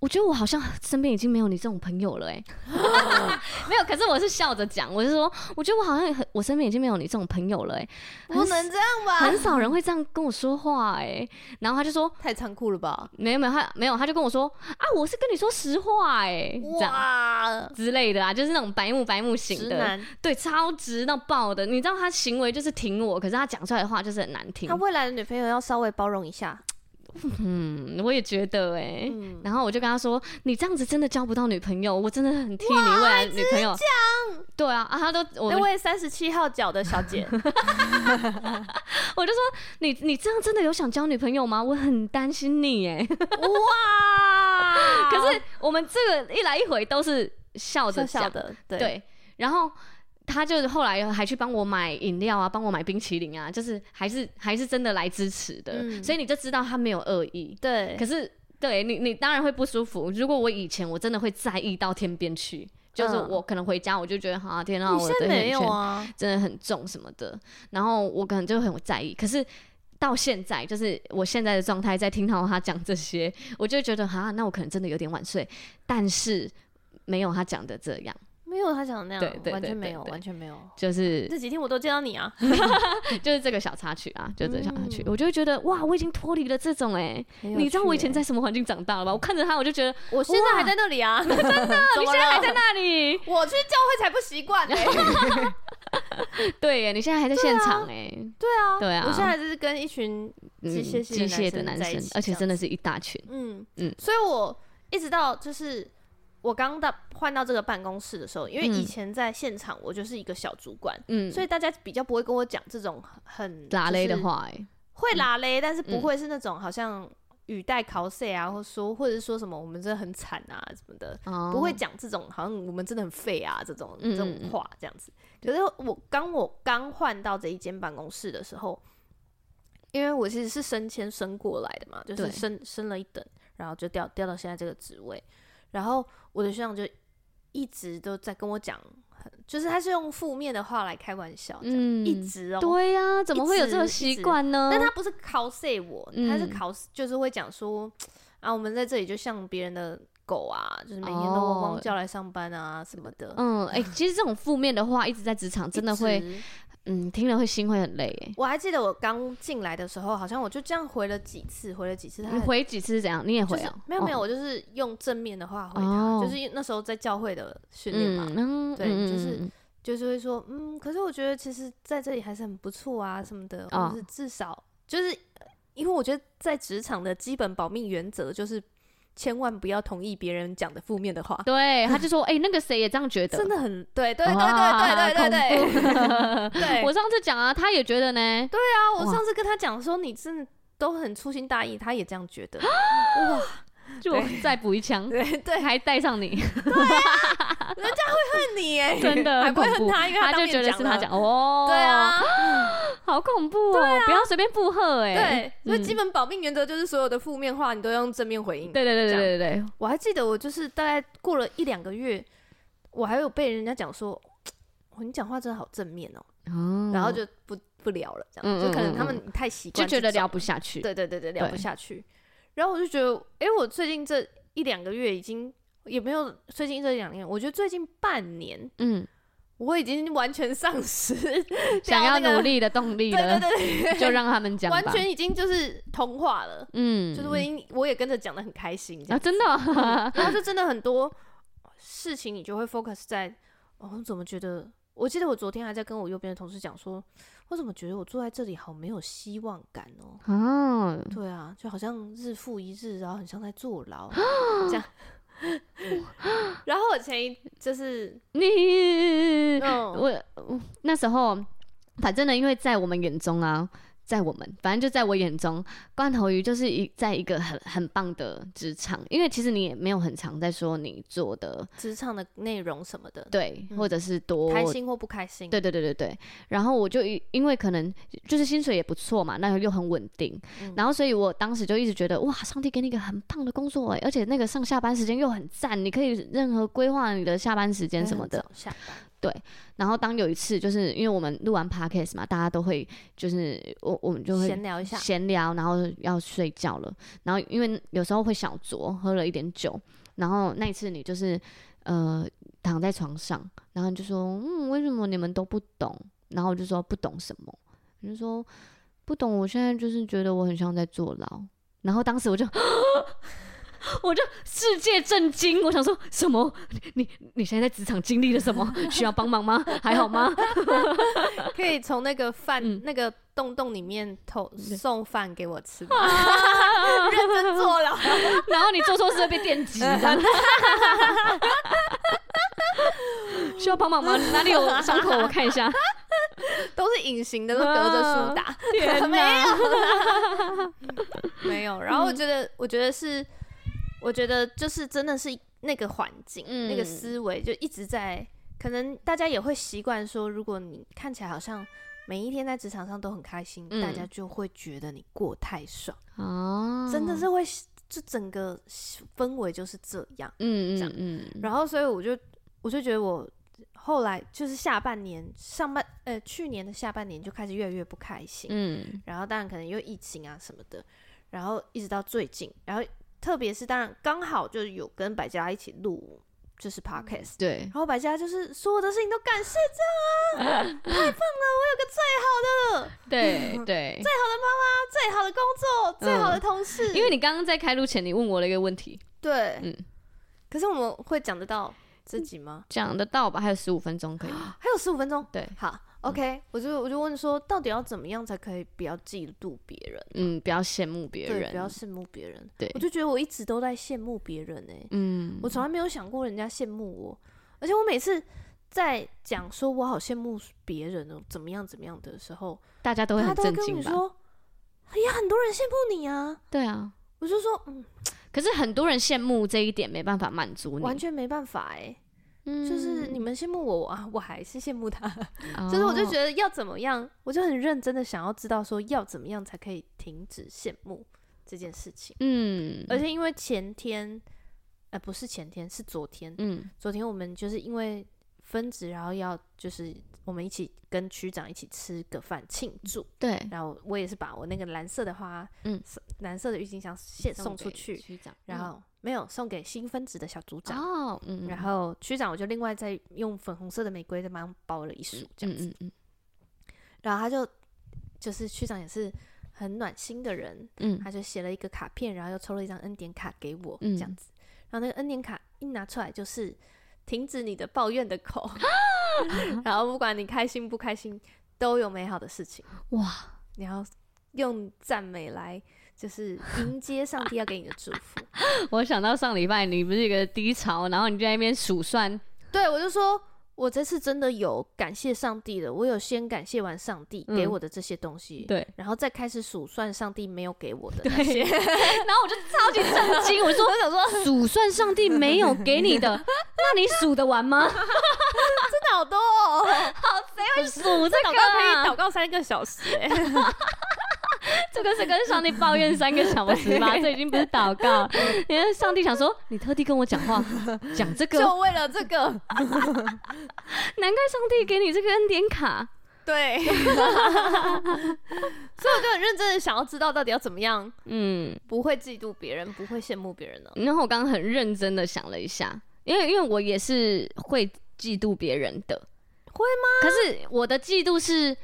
我觉得我好像身边已经没有你这种朋友了、欸，
[laughs]
没有。可是我是笑着讲，我是说，我觉得我好像很，我身边已经没有你这种朋友了、欸，很
不能这样吧，
很少人会这样跟我说话、欸，然后他就说，
太残酷了吧？
没有没有，他没有，他就跟我说，啊，我是跟你说实话、欸，这样。
哇，
之类的啊，就是那种白目白目型
直
的，
男，
对，超直到爆的。你知道他行为就是挺我，可是他讲出来的话就是很难听
他。未来的女朋友要稍微包容一下。
嗯，我也觉得哎、
嗯，
然后我就跟他说：“你这样子真的交不到女朋友，我真的很替你未来女朋友。”对啊，啊，他都我
那
们
位三十七号脚的小姐，
我就说：“你你这样真的有想交女朋友吗？我很担心你哎、，
哇
可是我们这个一来一回都是笑着
小
讲
小，的，对，
对，然后他就后来还去帮我买饮料啊，帮我买冰淇淋啊，就是还是还是真的来支持的，
嗯
所以你就知道他没有恶意。
对
可是对你，你当然会不舒服。如果我以前我真的会在意到天边去，就是
嗯
我可能回家我就觉得，哈、天啊，
你
我
现
的
在
黑
没
眼
有
圈
啊？
真的很重什么的，然后我可能就很在意。可是到现在，就是我现在的状态，在听到他讲这些，我就会觉得，哈，那我可能真的有点晚睡，但是没有他讲的这样。
没有他讲的那
对
样，
对
完
对对
全没有，
对
完全没有。
就是
这几天我都见到你啊，
就是这个小插曲啊，就是这个小插曲，
嗯
我就会觉得哇，我已经脱离了这种哎、你知道我以前在什么环境长大了吧？我看着他，我就觉得，
[laughs]
啊，
我现在还在那里
[laughs]
啊，真
你
的，
现在还在那里？
我去教会才不
[laughs]
习惯欸呢。
对耶，你现在
啊
还在现场哎、
对啊，
对啊
我现在就是跟一群机械系的
机械的
男
男
生在一
生
起，
而且
这样
真的是一大群，
嗯嗯
嗯，
所以我一直到就是我刚到换到这个办公室的时候，因为以前在现场我就是一个小主管，
嗯，
所以大家比较不会跟我讲这种很
拉勒的，
就是
话哎、
会拉勒，但是不
嗯
会是那种好像语带考试啊，或说或者说什么我们真的很惨啊什么的，
哦
不会讲这种好像我们真的很废啊这种这
嗯
种
嗯嗯
话这样子。可是我刚我刚换到这一间办公室的时候，因为我其实是升迁升过来的嘛，就是
对
升升了一等，然后就调调到现在这个职位。然后我的学长就一直都在跟我讲很，就是他是用负面的话来开玩笑，这样、
嗯
一直哦、
对呀、怎么会有
一直
这个习惯呢？
但他不是 cos 我，
嗯
他是 cos 就是会讲说啊，我们在这里就像别人的狗啊，就是每天都汪汪
哦
叫来上班啊什么的，
嗯，哎、其实这种负面的话一直在职场，真的
一
会，
直。
嗯，听了会心会很累、欸。
我还记得我刚进来的时候，好像我就这样回了几次，回了几次他
你
很
回几次是怎样？你也回
就是
啊、
没有没有，
哦，
我就是用正面的话回他，
哦
就是那时候在教会的训练嘛，
嗯嗯，
对
嗯
就是
嗯嗯
就是会说，嗯，可是我觉得其实在这里还是很不错啊什么的，
哦
或者是至少就是呃因为我觉得在职场的基本保命原则就是千万不要同意别人讲的负面的话， [laughs]
对，他就说，哎、那个谁也这样觉得，
真的很对，对对
啊
对对对对
恐 [laughs]
对 [laughs]
怖
对。
我上次讲啊，他也觉得呢，对，
啊，我
哇
上次跟他讲说你真的都很粗心大意，他也这样觉得。
啊
哇，
就再补一枪，
[laughs] 对对，
还带上你，
恨你耶，
真的
还
很
不会
恐
恨
怖，
他，因为当
就
面
觉得是
了
他讲，哦，
对啊，，
好恐怖哦，不要随便附和，哎，
对，所以基
嗯
本保命原则就是所有的负面话你都要用正面回应。
对对对
这样
对对对，
我还记得我就是大概过了一两个月，我还有被人家讲说，哦你讲话真的好正面哦，
哦
然后就不不聊了，这
嗯
样就可能他
嗯
们太习
就
惯这
觉
种，
得聊不下去，
对对对对聊不
对
下去。然后我就觉得，哎、我最近这一两个月已经也没有最近这一两年，我觉得最近半年
嗯，
我已经完全丧失 [laughs]
想要
掉那个
努，力的动力
对对
了，
对对，
就让他们讲吧，
[laughs] 完全已经就是同化了，
嗯，
就是我已经我也跟着讲的很开心这
啊，
样
真的哦，
然后就真的很多事情，你就会 focus 在，哦，我怎么觉得？我记得我昨天还在跟我右边的同事讲说，我怎么觉得我坐在这里好没有希望感哦？
[laughs] 哦，
对啊，就好像日复一日，然后很像在坐
[laughs]
牢这样。然后我前一
[laughs]
就是，
你
嗯，
我我那时候，反正呢，因为在我们眼中啊，在我们，反正就在我眼中，罐头鱼就是一在一个很很棒的职场，因为其实你也没有很常在说你做的
职场的内容什么的，
对，
嗯
或者是多
开心或不开心，
对对对对对，然后我就因因为可能就是薪水也不错嘛，那又很稳定，
嗯
然后所以我当时就一直觉得哇，上帝给你一个很棒的工作、欸，而且那个上下班时间又很赞，你可以任何规划你的下班时
因
间
为
什
很
么的。
早下班，
然后当有一次就是因为我们录完 podcast 嘛，大家都会就是我我们就会
闲
[laughs]
聊一下，
闲聊，然后要睡觉了，然后因为有时候会小酌，喝了一点酒，然后那一次你就是呃躺在床上，然后你就说嗯为什么你们都不懂？然后我就说不懂什么，你就说不懂，我现在就是觉得我很像在坐牢，然后当时我
[gasps]
就。我就世界震惊，我想说什么？你你你现在在职场经历了
[laughs]
什么？需要帮忙吗？还好吗？
可以从那个饭、
嗯
那个洞洞里面偷送饭给
[laughs]
我吃吗？ [laughs] 认真做了，
然后你做错事会被电击，这
[laughs]
样需要帮忙吗？哪里有伤口？我看一
[laughs]
下。
都是隐形的，都隔着书 [laughs] 打，
啊天
没有
哪！
[laughs] 没有。然后我觉得，我觉得是，我觉得就是真的是那个环境、
嗯
那个思维就一直在，可能大家也会习惯说，如果你看起来好像。每一天在职场上都很开心，
嗯
大家就会觉得你过太爽，
哦
真的，是会，就整个氛围就是这样。
嗯嗯
这样
嗯，
然后所以我就我就觉得我后来就是下半年上半呃去年的下半年就开始越来越不开心，
嗯
然后当然可能又疫情啊什么的，然后一直到最近，然后特别是当然刚好就是有跟百家一起录就是
嗯
podcast。
对
然后百家就是所有的事情都感谢这啊，太棒了！我有个最好的、
对
[laughs]
对，
最好的工作、最好的同事。
嗯因为你刚刚在开录前，你问我了一个问题，
对，
嗯
可是我们会讲得到自己吗？
讲得到吧？还有十五分钟
[gasps]
可以吗？
还有十五分钟。
对嗯
好，OK，、我就我就问说，到底要怎么样才可以不要嫉妒别人？
嗯，不要羡慕别
对，
人
不，要羡慕别人。
对
我就觉得我一直都在羡慕别人哎、
嗯
我从来没有想过人家羡慕我，而且我每次在讲说我好羡慕别人哦，怎么样怎么样的时候，
大家都会
他
很
都会
震
跟
惊
你
吧？
说，也很多人羡慕你啊。
对啊，
我就说，嗯，
可是很多人羡慕这一点，没办法满足你，
完全没办法哎、就是你们羡慕我啊，我还是羡慕他。
嗯，
就是我就觉
得
得要怎么样，我就很认真的想要知道说要怎么样才可以停止羡慕这件事情。
嗯，
而且因为前天，呃，不是前天，是昨天，
嗯
昨天我们就是因为分职，然后要就是我们一起跟区长一起吃个饭
嗯
庆祝，
对，
然后我也是把我那个蓝色的花，
嗯，
蓝色的郁金香献送出
给
去，
区长，
然后没有送给新分职的小组
嗯
长。
哦，嗯，
然
嗯
后区长，我就另外再用粉红色的玫瑰再帮他包了一束，这样子。
嗯嗯
然后他就就是区长也是很暖心的人，
嗯嗯
他就写了一个卡片，然后又抽了一张恩典卡给我，
嗯
这样子。然后那个恩典卡一拿出来就是停止你的抱怨的 [laughs] 口，然后不管你开心不开心，都有美好的事情。
哇，
然后用赞美来就是迎接上帝要给你的祝福。
我想到上礼拜你不是一个低潮，然后你就在那边数算，
[laughs] 对我就说，我这次真的有感谢上帝的，我有先感谢完上帝给
嗯
我的这些东西，
对，
然后再开始数算上帝没有给我的那 [laughs]
[laughs]
些。
然后我就超级震惊，我
[laughs]
说我想说数算上帝没有给你的，那你数得完吗？
好多、哦，
数这个
祷告可以
啊
祷，告三个小时、欸，
这个是跟上帝抱怨三个小时 [laughs] 吧，这已经不是祷告了。你看上帝想说，你特地跟我讲话， [laughs] 讲这个，
[laughs] 就为了这个。
难怪上帝给你这个恩典卡。
对， [laughs] 所以我就很认真的想要知道到底要怎么样，
嗯，
不会嫉妒别人，不会羡慕别人呢、
然后我刚刚很认真的想了一下，因为因为我也是会嫉妒别人的，
会
吗？可是我的嫉妒是，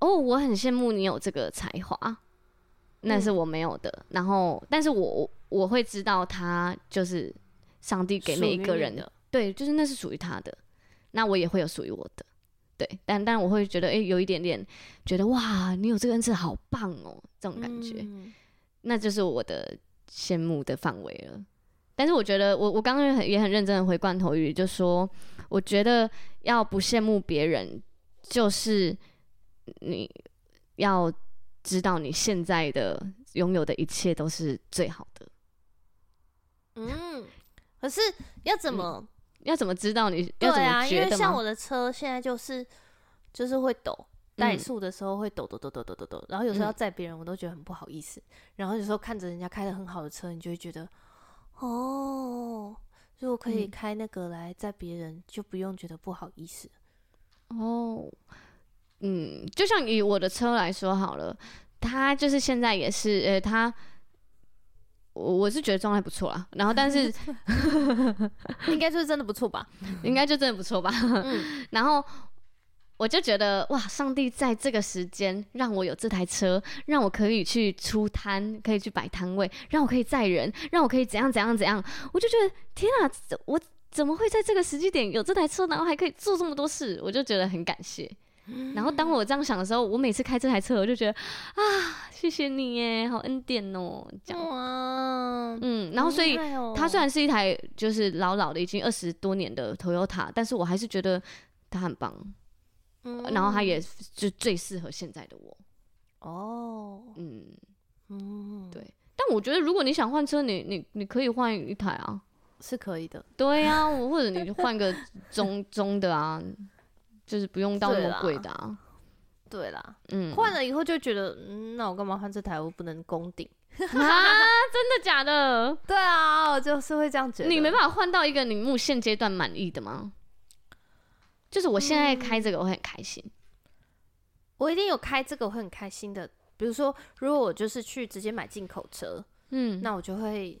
哦，我很羡慕你有这个才华，那是我没有的。然后，但是我我会知道他 [laughs] 就是上帝给每一个人
属于你的，
对，就是那是属于他的，那我也会有属于我的。对，但但我会觉得，诶，有一点点觉得哇，你有这个恩赐，好棒哦，这种感觉。
嗯
那就是我的羡慕的范围了。但是我觉得我，我刚刚很也很认真的回罐头鱼，就说我觉得要不羡慕别人，就是你要知道你现在的拥有的一切都是最好的。
嗯，可是要怎么？
要怎么知道你
对
要怎
啊，
么
因
觉
为
得
像
吗？嗯
我的车现在就是就是会抖。怠速的时候会抖抖抖抖抖抖抖，然后有时候要
嗯
载别人，我都觉得很不好意思。然后有时候看着人家开的很好的车，你就会觉得，哦，如果可以
嗯
开那个来载别人，就不用觉得不好意思。
哦，嗯，就像以我的车来说好了，它就是现在也是，呃，它我我是觉得状态不错啦。然后，但是
[laughs] 应该就是真的不错吧？
应该就真的不错吧。
嗯
[laughs] 然后我就觉得哇，上帝在这个时间让我有这台车，让我可以去出摊，可以去摆摊位，让我可以载人，让我可以怎样怎样怎样。我就觉得天啊，这我怎么会在这个时机点有这台车，然后还可以做这么多事？我就觉得很感谢。
嗯
然后当我这样想的时候，我每次开这台车，我就觉得啊，谢谢你耶，好恩典哦，这样。
哇，
嗯，然后所以
好厉害哦
它虽然是一台就是老老的，已经二十多年的 Toyota，但是我还是觉得它很棒，
嗯
然后它也就最适合现在的我。
哦，
嗯，
嗯，
对但我觉得如果你想换车，你你你可以换一台啊。
是可以的。
对 [laughs] 啊，我或者你就换个中 [laughs] 中的啊，就是不用到那
对
么
啦
贵的啊。
对啦，
嗯，
换了以后就觉得，嗯，那我干嘛换这台？我不能攻顶。
啊，真的假的？
对啊，我就是会这样觉得。
你没办法换到一个你目现阶段满意的吗？就是我现在开这个，我会很开心。
我一定有开这个，我会很开心的。比如说，如果我就是去直接买进口车，
嗯，
那我就会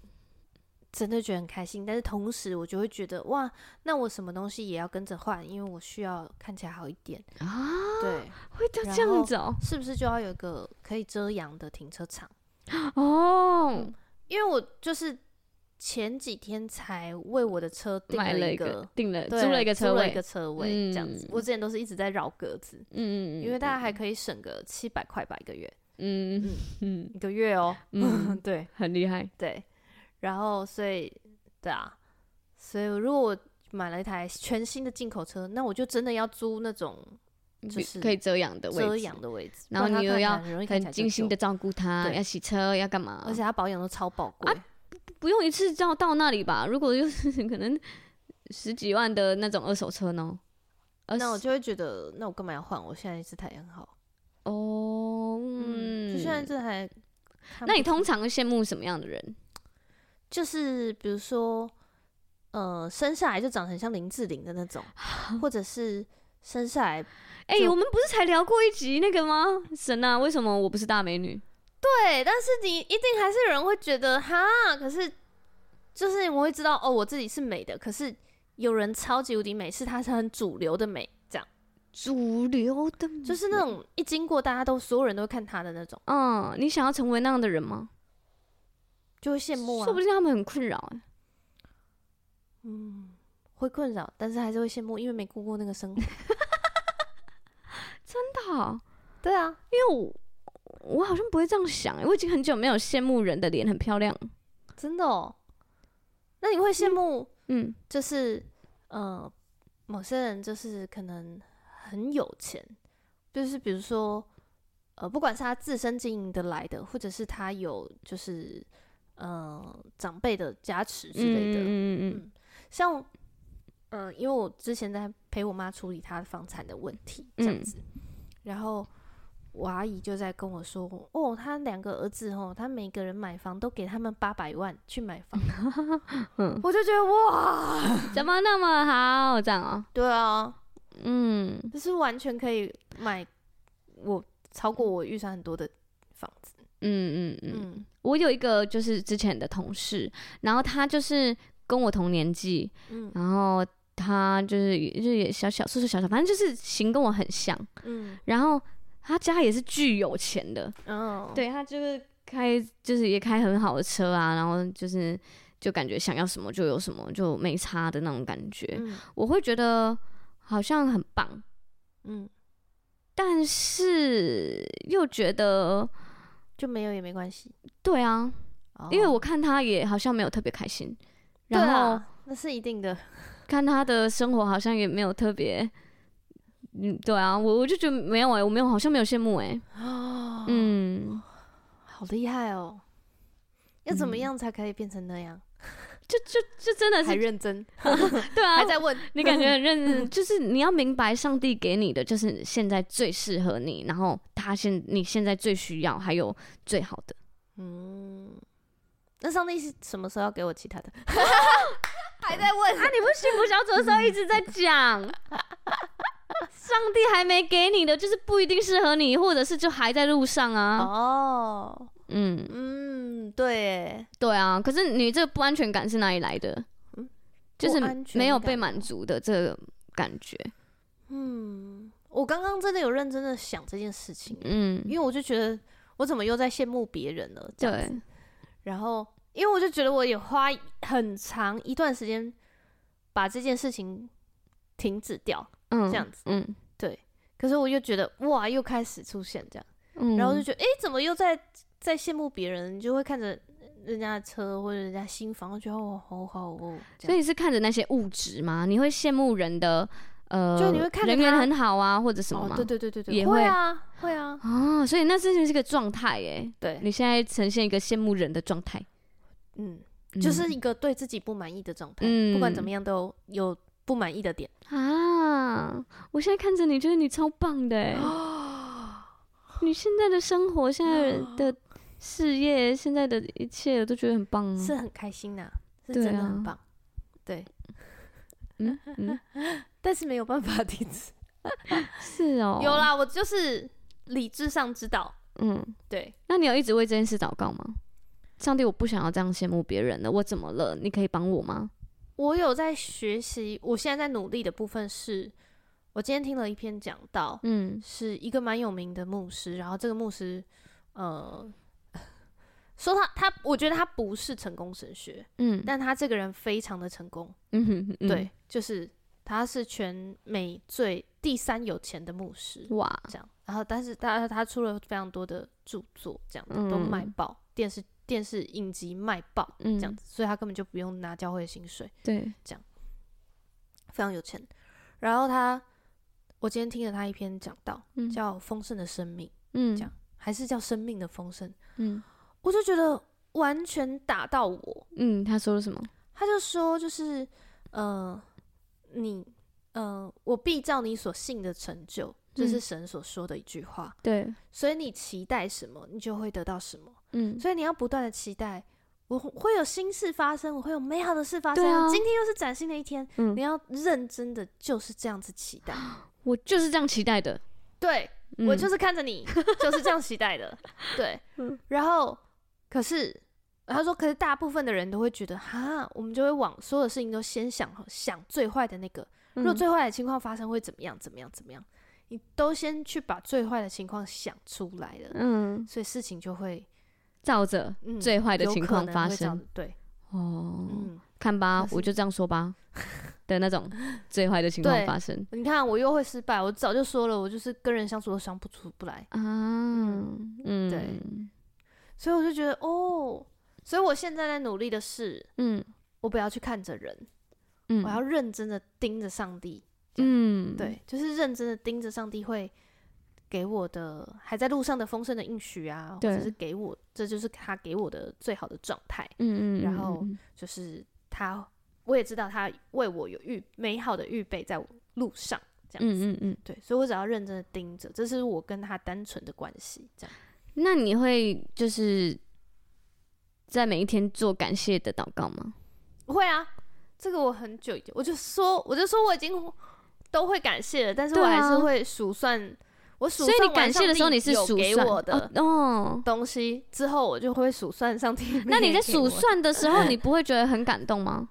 真的觉得很开心。但是同时，我就会觉得，哇，那我什么东西也要跟着换，因为我需要看起来好一点。
啊，
对，
会到
然
这样
后
子哦、
是不是就要有一个可以遮阳的停车场？
哦，
因为我就是前几天才为我的车订
买
了
了
一
一
个
个，订了，租
对
了一个车位
一，个车位这样子。
嗯
我之前都是一直在绕格子，
嗯嗯嗯，
因为大家还可以省个七百块吧，一个月，
嗯嗯
一个月哦、
嗯，
[laughs] 对
很厉害，
对，然后所以对啊，所以如果我买了一台全新的进口车，那我就真的要租那种就
比
是
嗯可以遮阳的位置，
遮阳的位置，
然后
不
你
它
又要
看起来很容易看起
很
来
精心的
旧旧，
照顾它，
对
要洗车，要干嘛？
而且它保养都超宝贵。
啊不用一次到到那里吧？如果就是可能十几万的那种二手车呢？二
那我
十
就会觉得，那我干嘛要换？我现在这台也很好，
哦，
嗯，
嗯，
就现在这台看不起。
那你通常羡慕什么样的人？
就是比如说，呃，生下来就长得很像林志玲的
[laughs]
那种，或者是生下来
哎、
就
我们不是才聊过一集那个吗？神啊，为什么我不是大美女？
对，但是你一定还是有人会觉得哈，可是就是我会知道哦，我自己是美的，可是有人超级无敌美，是她是很主流的美，这样
主流的，
就是那种一经过大家都所有人都会看她的那种，
嗯，你想要成为那样的人吗？
就会羡慕啊
说不，定他们很困扰、欸。
嗯，会困扰，但是还是会羡慕，因为没过过那个生活。
真的啊、
对啊，
因为我我好像不会这样想、欸，我已经很久没有羡慕人的脸很漂亮。
真的哦。那你会羡慕，
嗯，
就是呃，某些人就是可能很有钱，就是比如说呃，不管是他自身经营得来的，或者是他有就是呃长辈的加持之类的，
嗯嗯嗯
像，嗯，因为我之前在陪我妈处理她房产的问题，这
嗯
样子，然后我阿姨就在跟我说，哦，她两个儿子哦，她每个人买房都给他们八百万去买房，
[laughs] 嗯
我就觉得哇，
嗯，怎么那么好？这样啊、
对啊，
嗯，
就是完全可以买我超过我预算很多的房子，
嗯嗯嗯，
嗯
我有一个就是之前的同事，然后他就是跟我同年纪，
嗯
然后他就是也就是也小小岁岁小小，反正就是型跟我很像，
嗯
然后他家也是巨有钱的，
嗯，，
对他就是开就是也开很好的车啊，然后就是就感觉想要什么就有什么，就没差的那种感觉，
嗯
我会觉得好像很棒，
嗯，
但是又觉得
就没有也没关系，
对啊，因为
哦
我看他也好像没有特别开心，
对
然后
啊，那是一定的，
看他的生活好像也没有特别，嗯，对啊，我我就觉得没有哎、我没有好像没有羡慕哎、
哦，
嗯，
好厉害哦！要怎么
嗯
样才可以变成那样？
就就就真的
还
是
认真，
对啊
还，在
[laughs]
问
你感觉
[laughs]
很认真，就是你要明白上帝给你的就是现在最适合你，然后他现你现在最需要还有最好的，
嗯，那上帝是什么时候要给我其他的？ [laughs] 还在问
啊，你不幸福小组的时候一直在讲，上帝还没给你的就是不一定适合你，或者是就还在路上啊，
哦，
嗯。
嗯，对耶，
对啊，可是你这不安全感是哪里来的？
嗯
就
不安
是
全
没有
感
被
哦
满足的这个感觉。
嗯，我刚刚真的有认真的想这件事情，因
嗯，
为我就觉得我怎么又在羡慕别人了？这样
对
子，，然后因为我就觉得我也花很长一段时间把这件事情停止掉，
嗯，
这样子
嗯
可是我又觉得哇，又开始出现这样。
嗯，
然后就觉得，哎、怎么又在在羡慕别人？你就会看着呃人家的车或者人家新房，就觉得哦，好好哦，这
所
样
以是看着那些物质吗？你会羡慕人的呃，
就你会看着
人缘
他
很好啊，或者什么
哦
吗？，
对对对对对，
也
会
会
啊，会啊，
哦，所以那之前是个状态耶，
对，
你现在呈现一个羡慕人的状态，
嗯，
嗯
就是一个对自己不满意的状态，不管怎么样都有不满意的点。
啊，我现在看着你，觉得你超棒的
[gasps]
耶，
哦
你现在的生活、现在
嗯
的事业、现在的一切，我都觉得很棒啊。
是很开心呐、是
对
真的
啊
很棒，对，
嗯嗯，
[laughs] 但是没有办法停止。
是哦，
有，啦，我就是理智上知道，
嗯，
对，
那你有一直为这件事祷告吗？上帝，我不想要这样羡慕别人的，我怎么了？你可以帮我吗？
我有在学习，我现在在努力的部分是，我今天听了一篇讲到，
嗯
是一个蛮有名的牧师，然后这个牧师，呃， [laughs] 说他他，我觉得他不是成功神学，
嗯
但他这个人非常的成功，
嗯哼嗯，
对，就是他是全美最第三有钱的牧师
哇，
这样，然后但是他他出了非常多的著作，这样子
嗯
都卖爆，电视电视影集卖爆
嗯，
这样子，所以他根本就不用拿教会的薪水，
对，
非常有钱。然后他，我今天听了他一篇讲道，
嗯
叫《丰盛的生命》。
嗯
这样还是叫生命的丰盛，
嗯
我就觉得完全打到我。
嗯，他说了什么？
他就说，就是，呃，你，呃，我必照你所信的成就，这是
嗯
神所说的一句话。
对，
所以你期待什么，你就会得到什么。
嗯，
所以你要不断的期待，我会有新事发生，我会有美好的事发生。
对啊
今天又是崭新的一天，
嗯
你要认真的就是这样子期待。
我就是这样期待的，
对，
嗯
我就是是看着你，就是这样期
[laughs]
待的。对，
嗯
然后可是他说，可是大部分的人都会觉得，哈，我们就会往所有事情都先想想最坏的那个，如果
嗯
最坏的情况发生会怎么样，怎么样，怎么样，你都先去把最坏的情况想出来了，
嗯，
所以事情就会
照着
嗯
最坏的
有
情
可
况
能
发
会这样
生
子对，
哦，
嗯，
看吧
可，是
我就这样说
[laughs]
吧的那种最坏的情
对
况发生
你看我又会失败，我早就说了，我就是跟人相处都相不出不来，
啊，嗯，
对，所以我就觉得哦，所以我现在在努力的是，
嗯
我不要去看着人，
嗯，
我要认真的盯着上帝。
嗯，
对，就是认真的盯着上帝会给我的还在路上的丰盛的应许啊，或者
对
是给我，这就是他给我的最好的状态。
嗯，嗯嗯，
然后
嗯
就是他，我也知道他为我有预美好的预备在我路上，这样子。
嗯嗯嗯，
对，所以我只要认真的盯着，这是我跟他单纯的关系，这样。
那你会就是在每一天做感谢的祷告吗？
会啊，这个我很久以前我就说，我就说我已经都会感谢了，但是我
对
还
啊
是会数算，我数
所
算
以你
完
感谢的时候
上帝
你是
有
数
给
算
我的，
哦哦，
东西之后，我就会数算
[laughs]
上帝。
那你在数，算的时
[laughs]
候，你不会觉得很感动吗？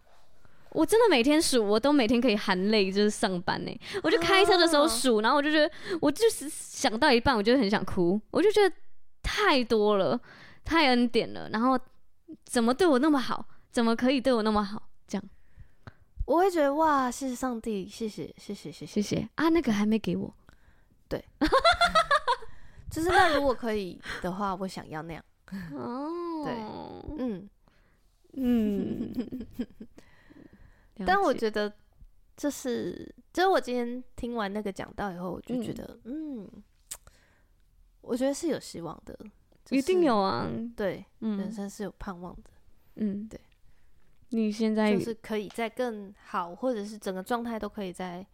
我真的每天数，我都每天可以含泪，就是上班呢、我就开车的
啊
时候数，然后我就觉得，我就是想到一半，我就很想哭，我就觉得太多了，太恩典了，然后怎么对我那么好，怎么可以对我那么好？
我会觉得哇，谢谢上帝，谢谢谢谢
谢
谢谢。
谢啊，那个还没给我，
就是那如果可以的话，我想要那样。
哦，
嗯，
[laughs] 嗯，了
但我
解
觉得这是，就是我今天听完那个讲道以后，我就觉
嗯
得，嗯，我觉得是有希望的，就
一定
是
有啊，
对人
嗯
生是有盼望的，
嗯，
对。
你现在
就是可以再更好，或者是整个状态都可以再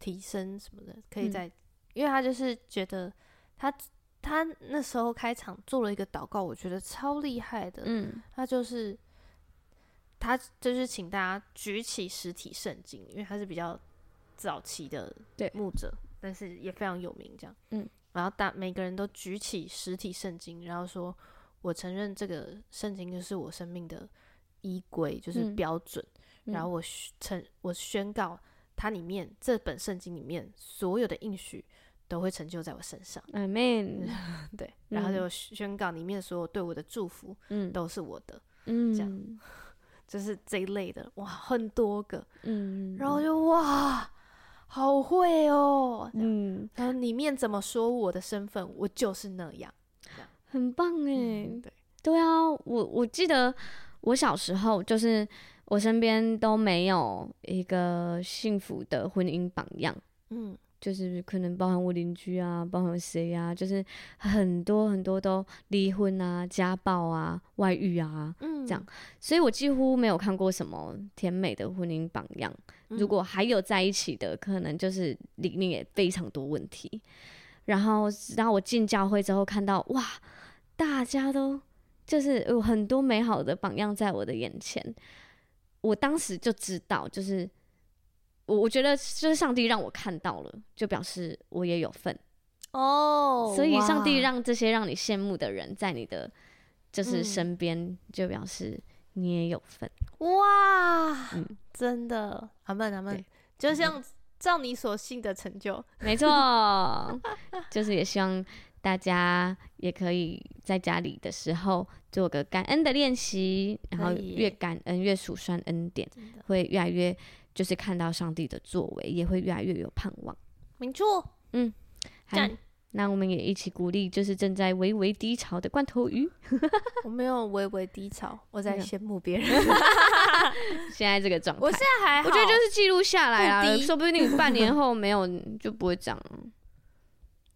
提升什么的，可以
嗯
再，因为他就是觉得他他那时候开场做了一个祷告，我觉得超厉害的。
嗯
他就是他就是请大家举起实体圣经，因为他是比较早期的
对
牧者，但是也非常有名这样。
嗯，
然后大每个人都举起实体圣经，然后说：“我承认这个圣经就是我生命的依归，就是
嗯
标准。
嗯
然后我宣承我宣告，它里面这本圣经里面所有的应许都会成就在我身上。
I mean，
对，然后
嗯
就宣告里面所有对我的祝福
嗯
都是我的。
嗯
这样就是这一类的，哇，很多个，
嗯，
然后就哇，好会哦，这样
嗯，
然后里面怎么说我的身份，我就是那样，
很棒哎
嗯，，对，
对啊，我我记得我小时候就是我身边都没有一个幸福的婚姻榜样。
嗯
就是可能包含我邻居啊，包含谁啊，就是很多很多都离婚啊、家暴啊、外遇啊，
嗯，
这样所以我几乎没有看过什么甜美的婚姻榜样。
嗯
如果还有在一起的，可能就是里面也非常多问题。然后，然后我进教会之后看到，哇，大家都就是有很多美好的榜样在我的眼前。我当时就知道，就是我我觉得就是上帝让我看到了，就表示我也有份。
哦，
所以上帝
哇
让这些让你羡慕的人在你的就是
嗯
身边，就表示你也有份。
哇，
嗯
真的，阿门阿门
对，嗯
就像照你所信的成就，
没错，就是也希望大家也可以在家里的时候做个感恩的练习，然后
可以耶
越感恩越数算恩典，会越来越就是看到上帝的作为，也会越来越有盼望。
没错，
好
赞，
那我们也一起鼓励，就是正在微微低潮的罐头
[laughs]
鱼，
我没有微微低潮，我在
没有
羡慕别
[laughs]
人，
现在这个状态，
我现在还好，
我觉得就是记录下来
不
啊，
低
说不定你半年后没有就不会这样了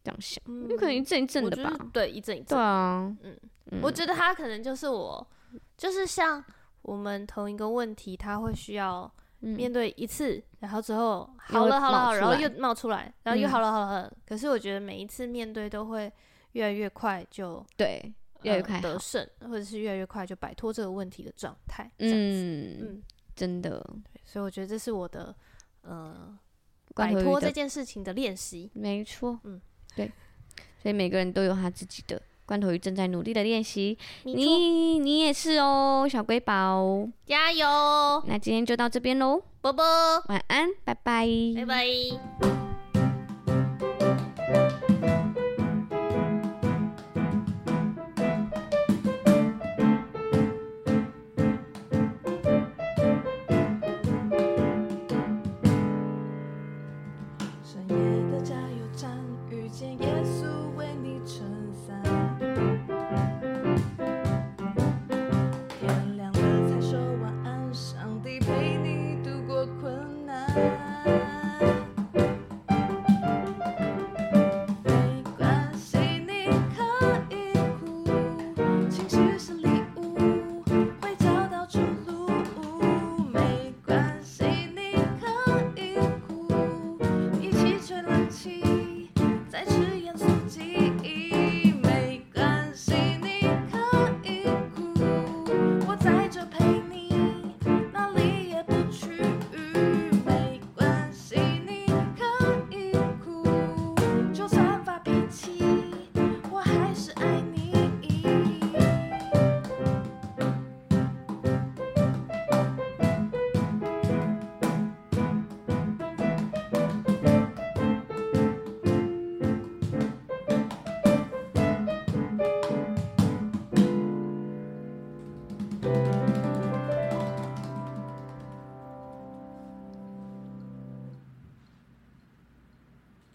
这样
[laughs]
想，
嗯
有可能一阵一阵
我
的
就是
吧。
对，一阵一阵
对啊，
嗯
嗯
我觉得他可能就是我，就是像我们同一个问题，他会需要
嗯
面对一次，然后之后
又
好
会
了好了
冒
好了，
出
然后
来
又冒出来，然后
嗯
又好了好了好了。可是我觉得每一次面对都会越来越快就
对，越来越
呃
快好
得胜，或者是越来越快就摆脱这个问题的状态。这样子，
嗯
嗯，
真的，
所以我觉得这是我的呃
罐
摆
头鱼
脱这
的，
件事情的练习。
没错，
嗯，
对，所以每个人都有他自己的。罐头鱼正在努力的练习，
没错
你你也是哦，小瑰宝。
加油，
那今天就到这边喽，
波波，
晚安，拜拜，
拜拜。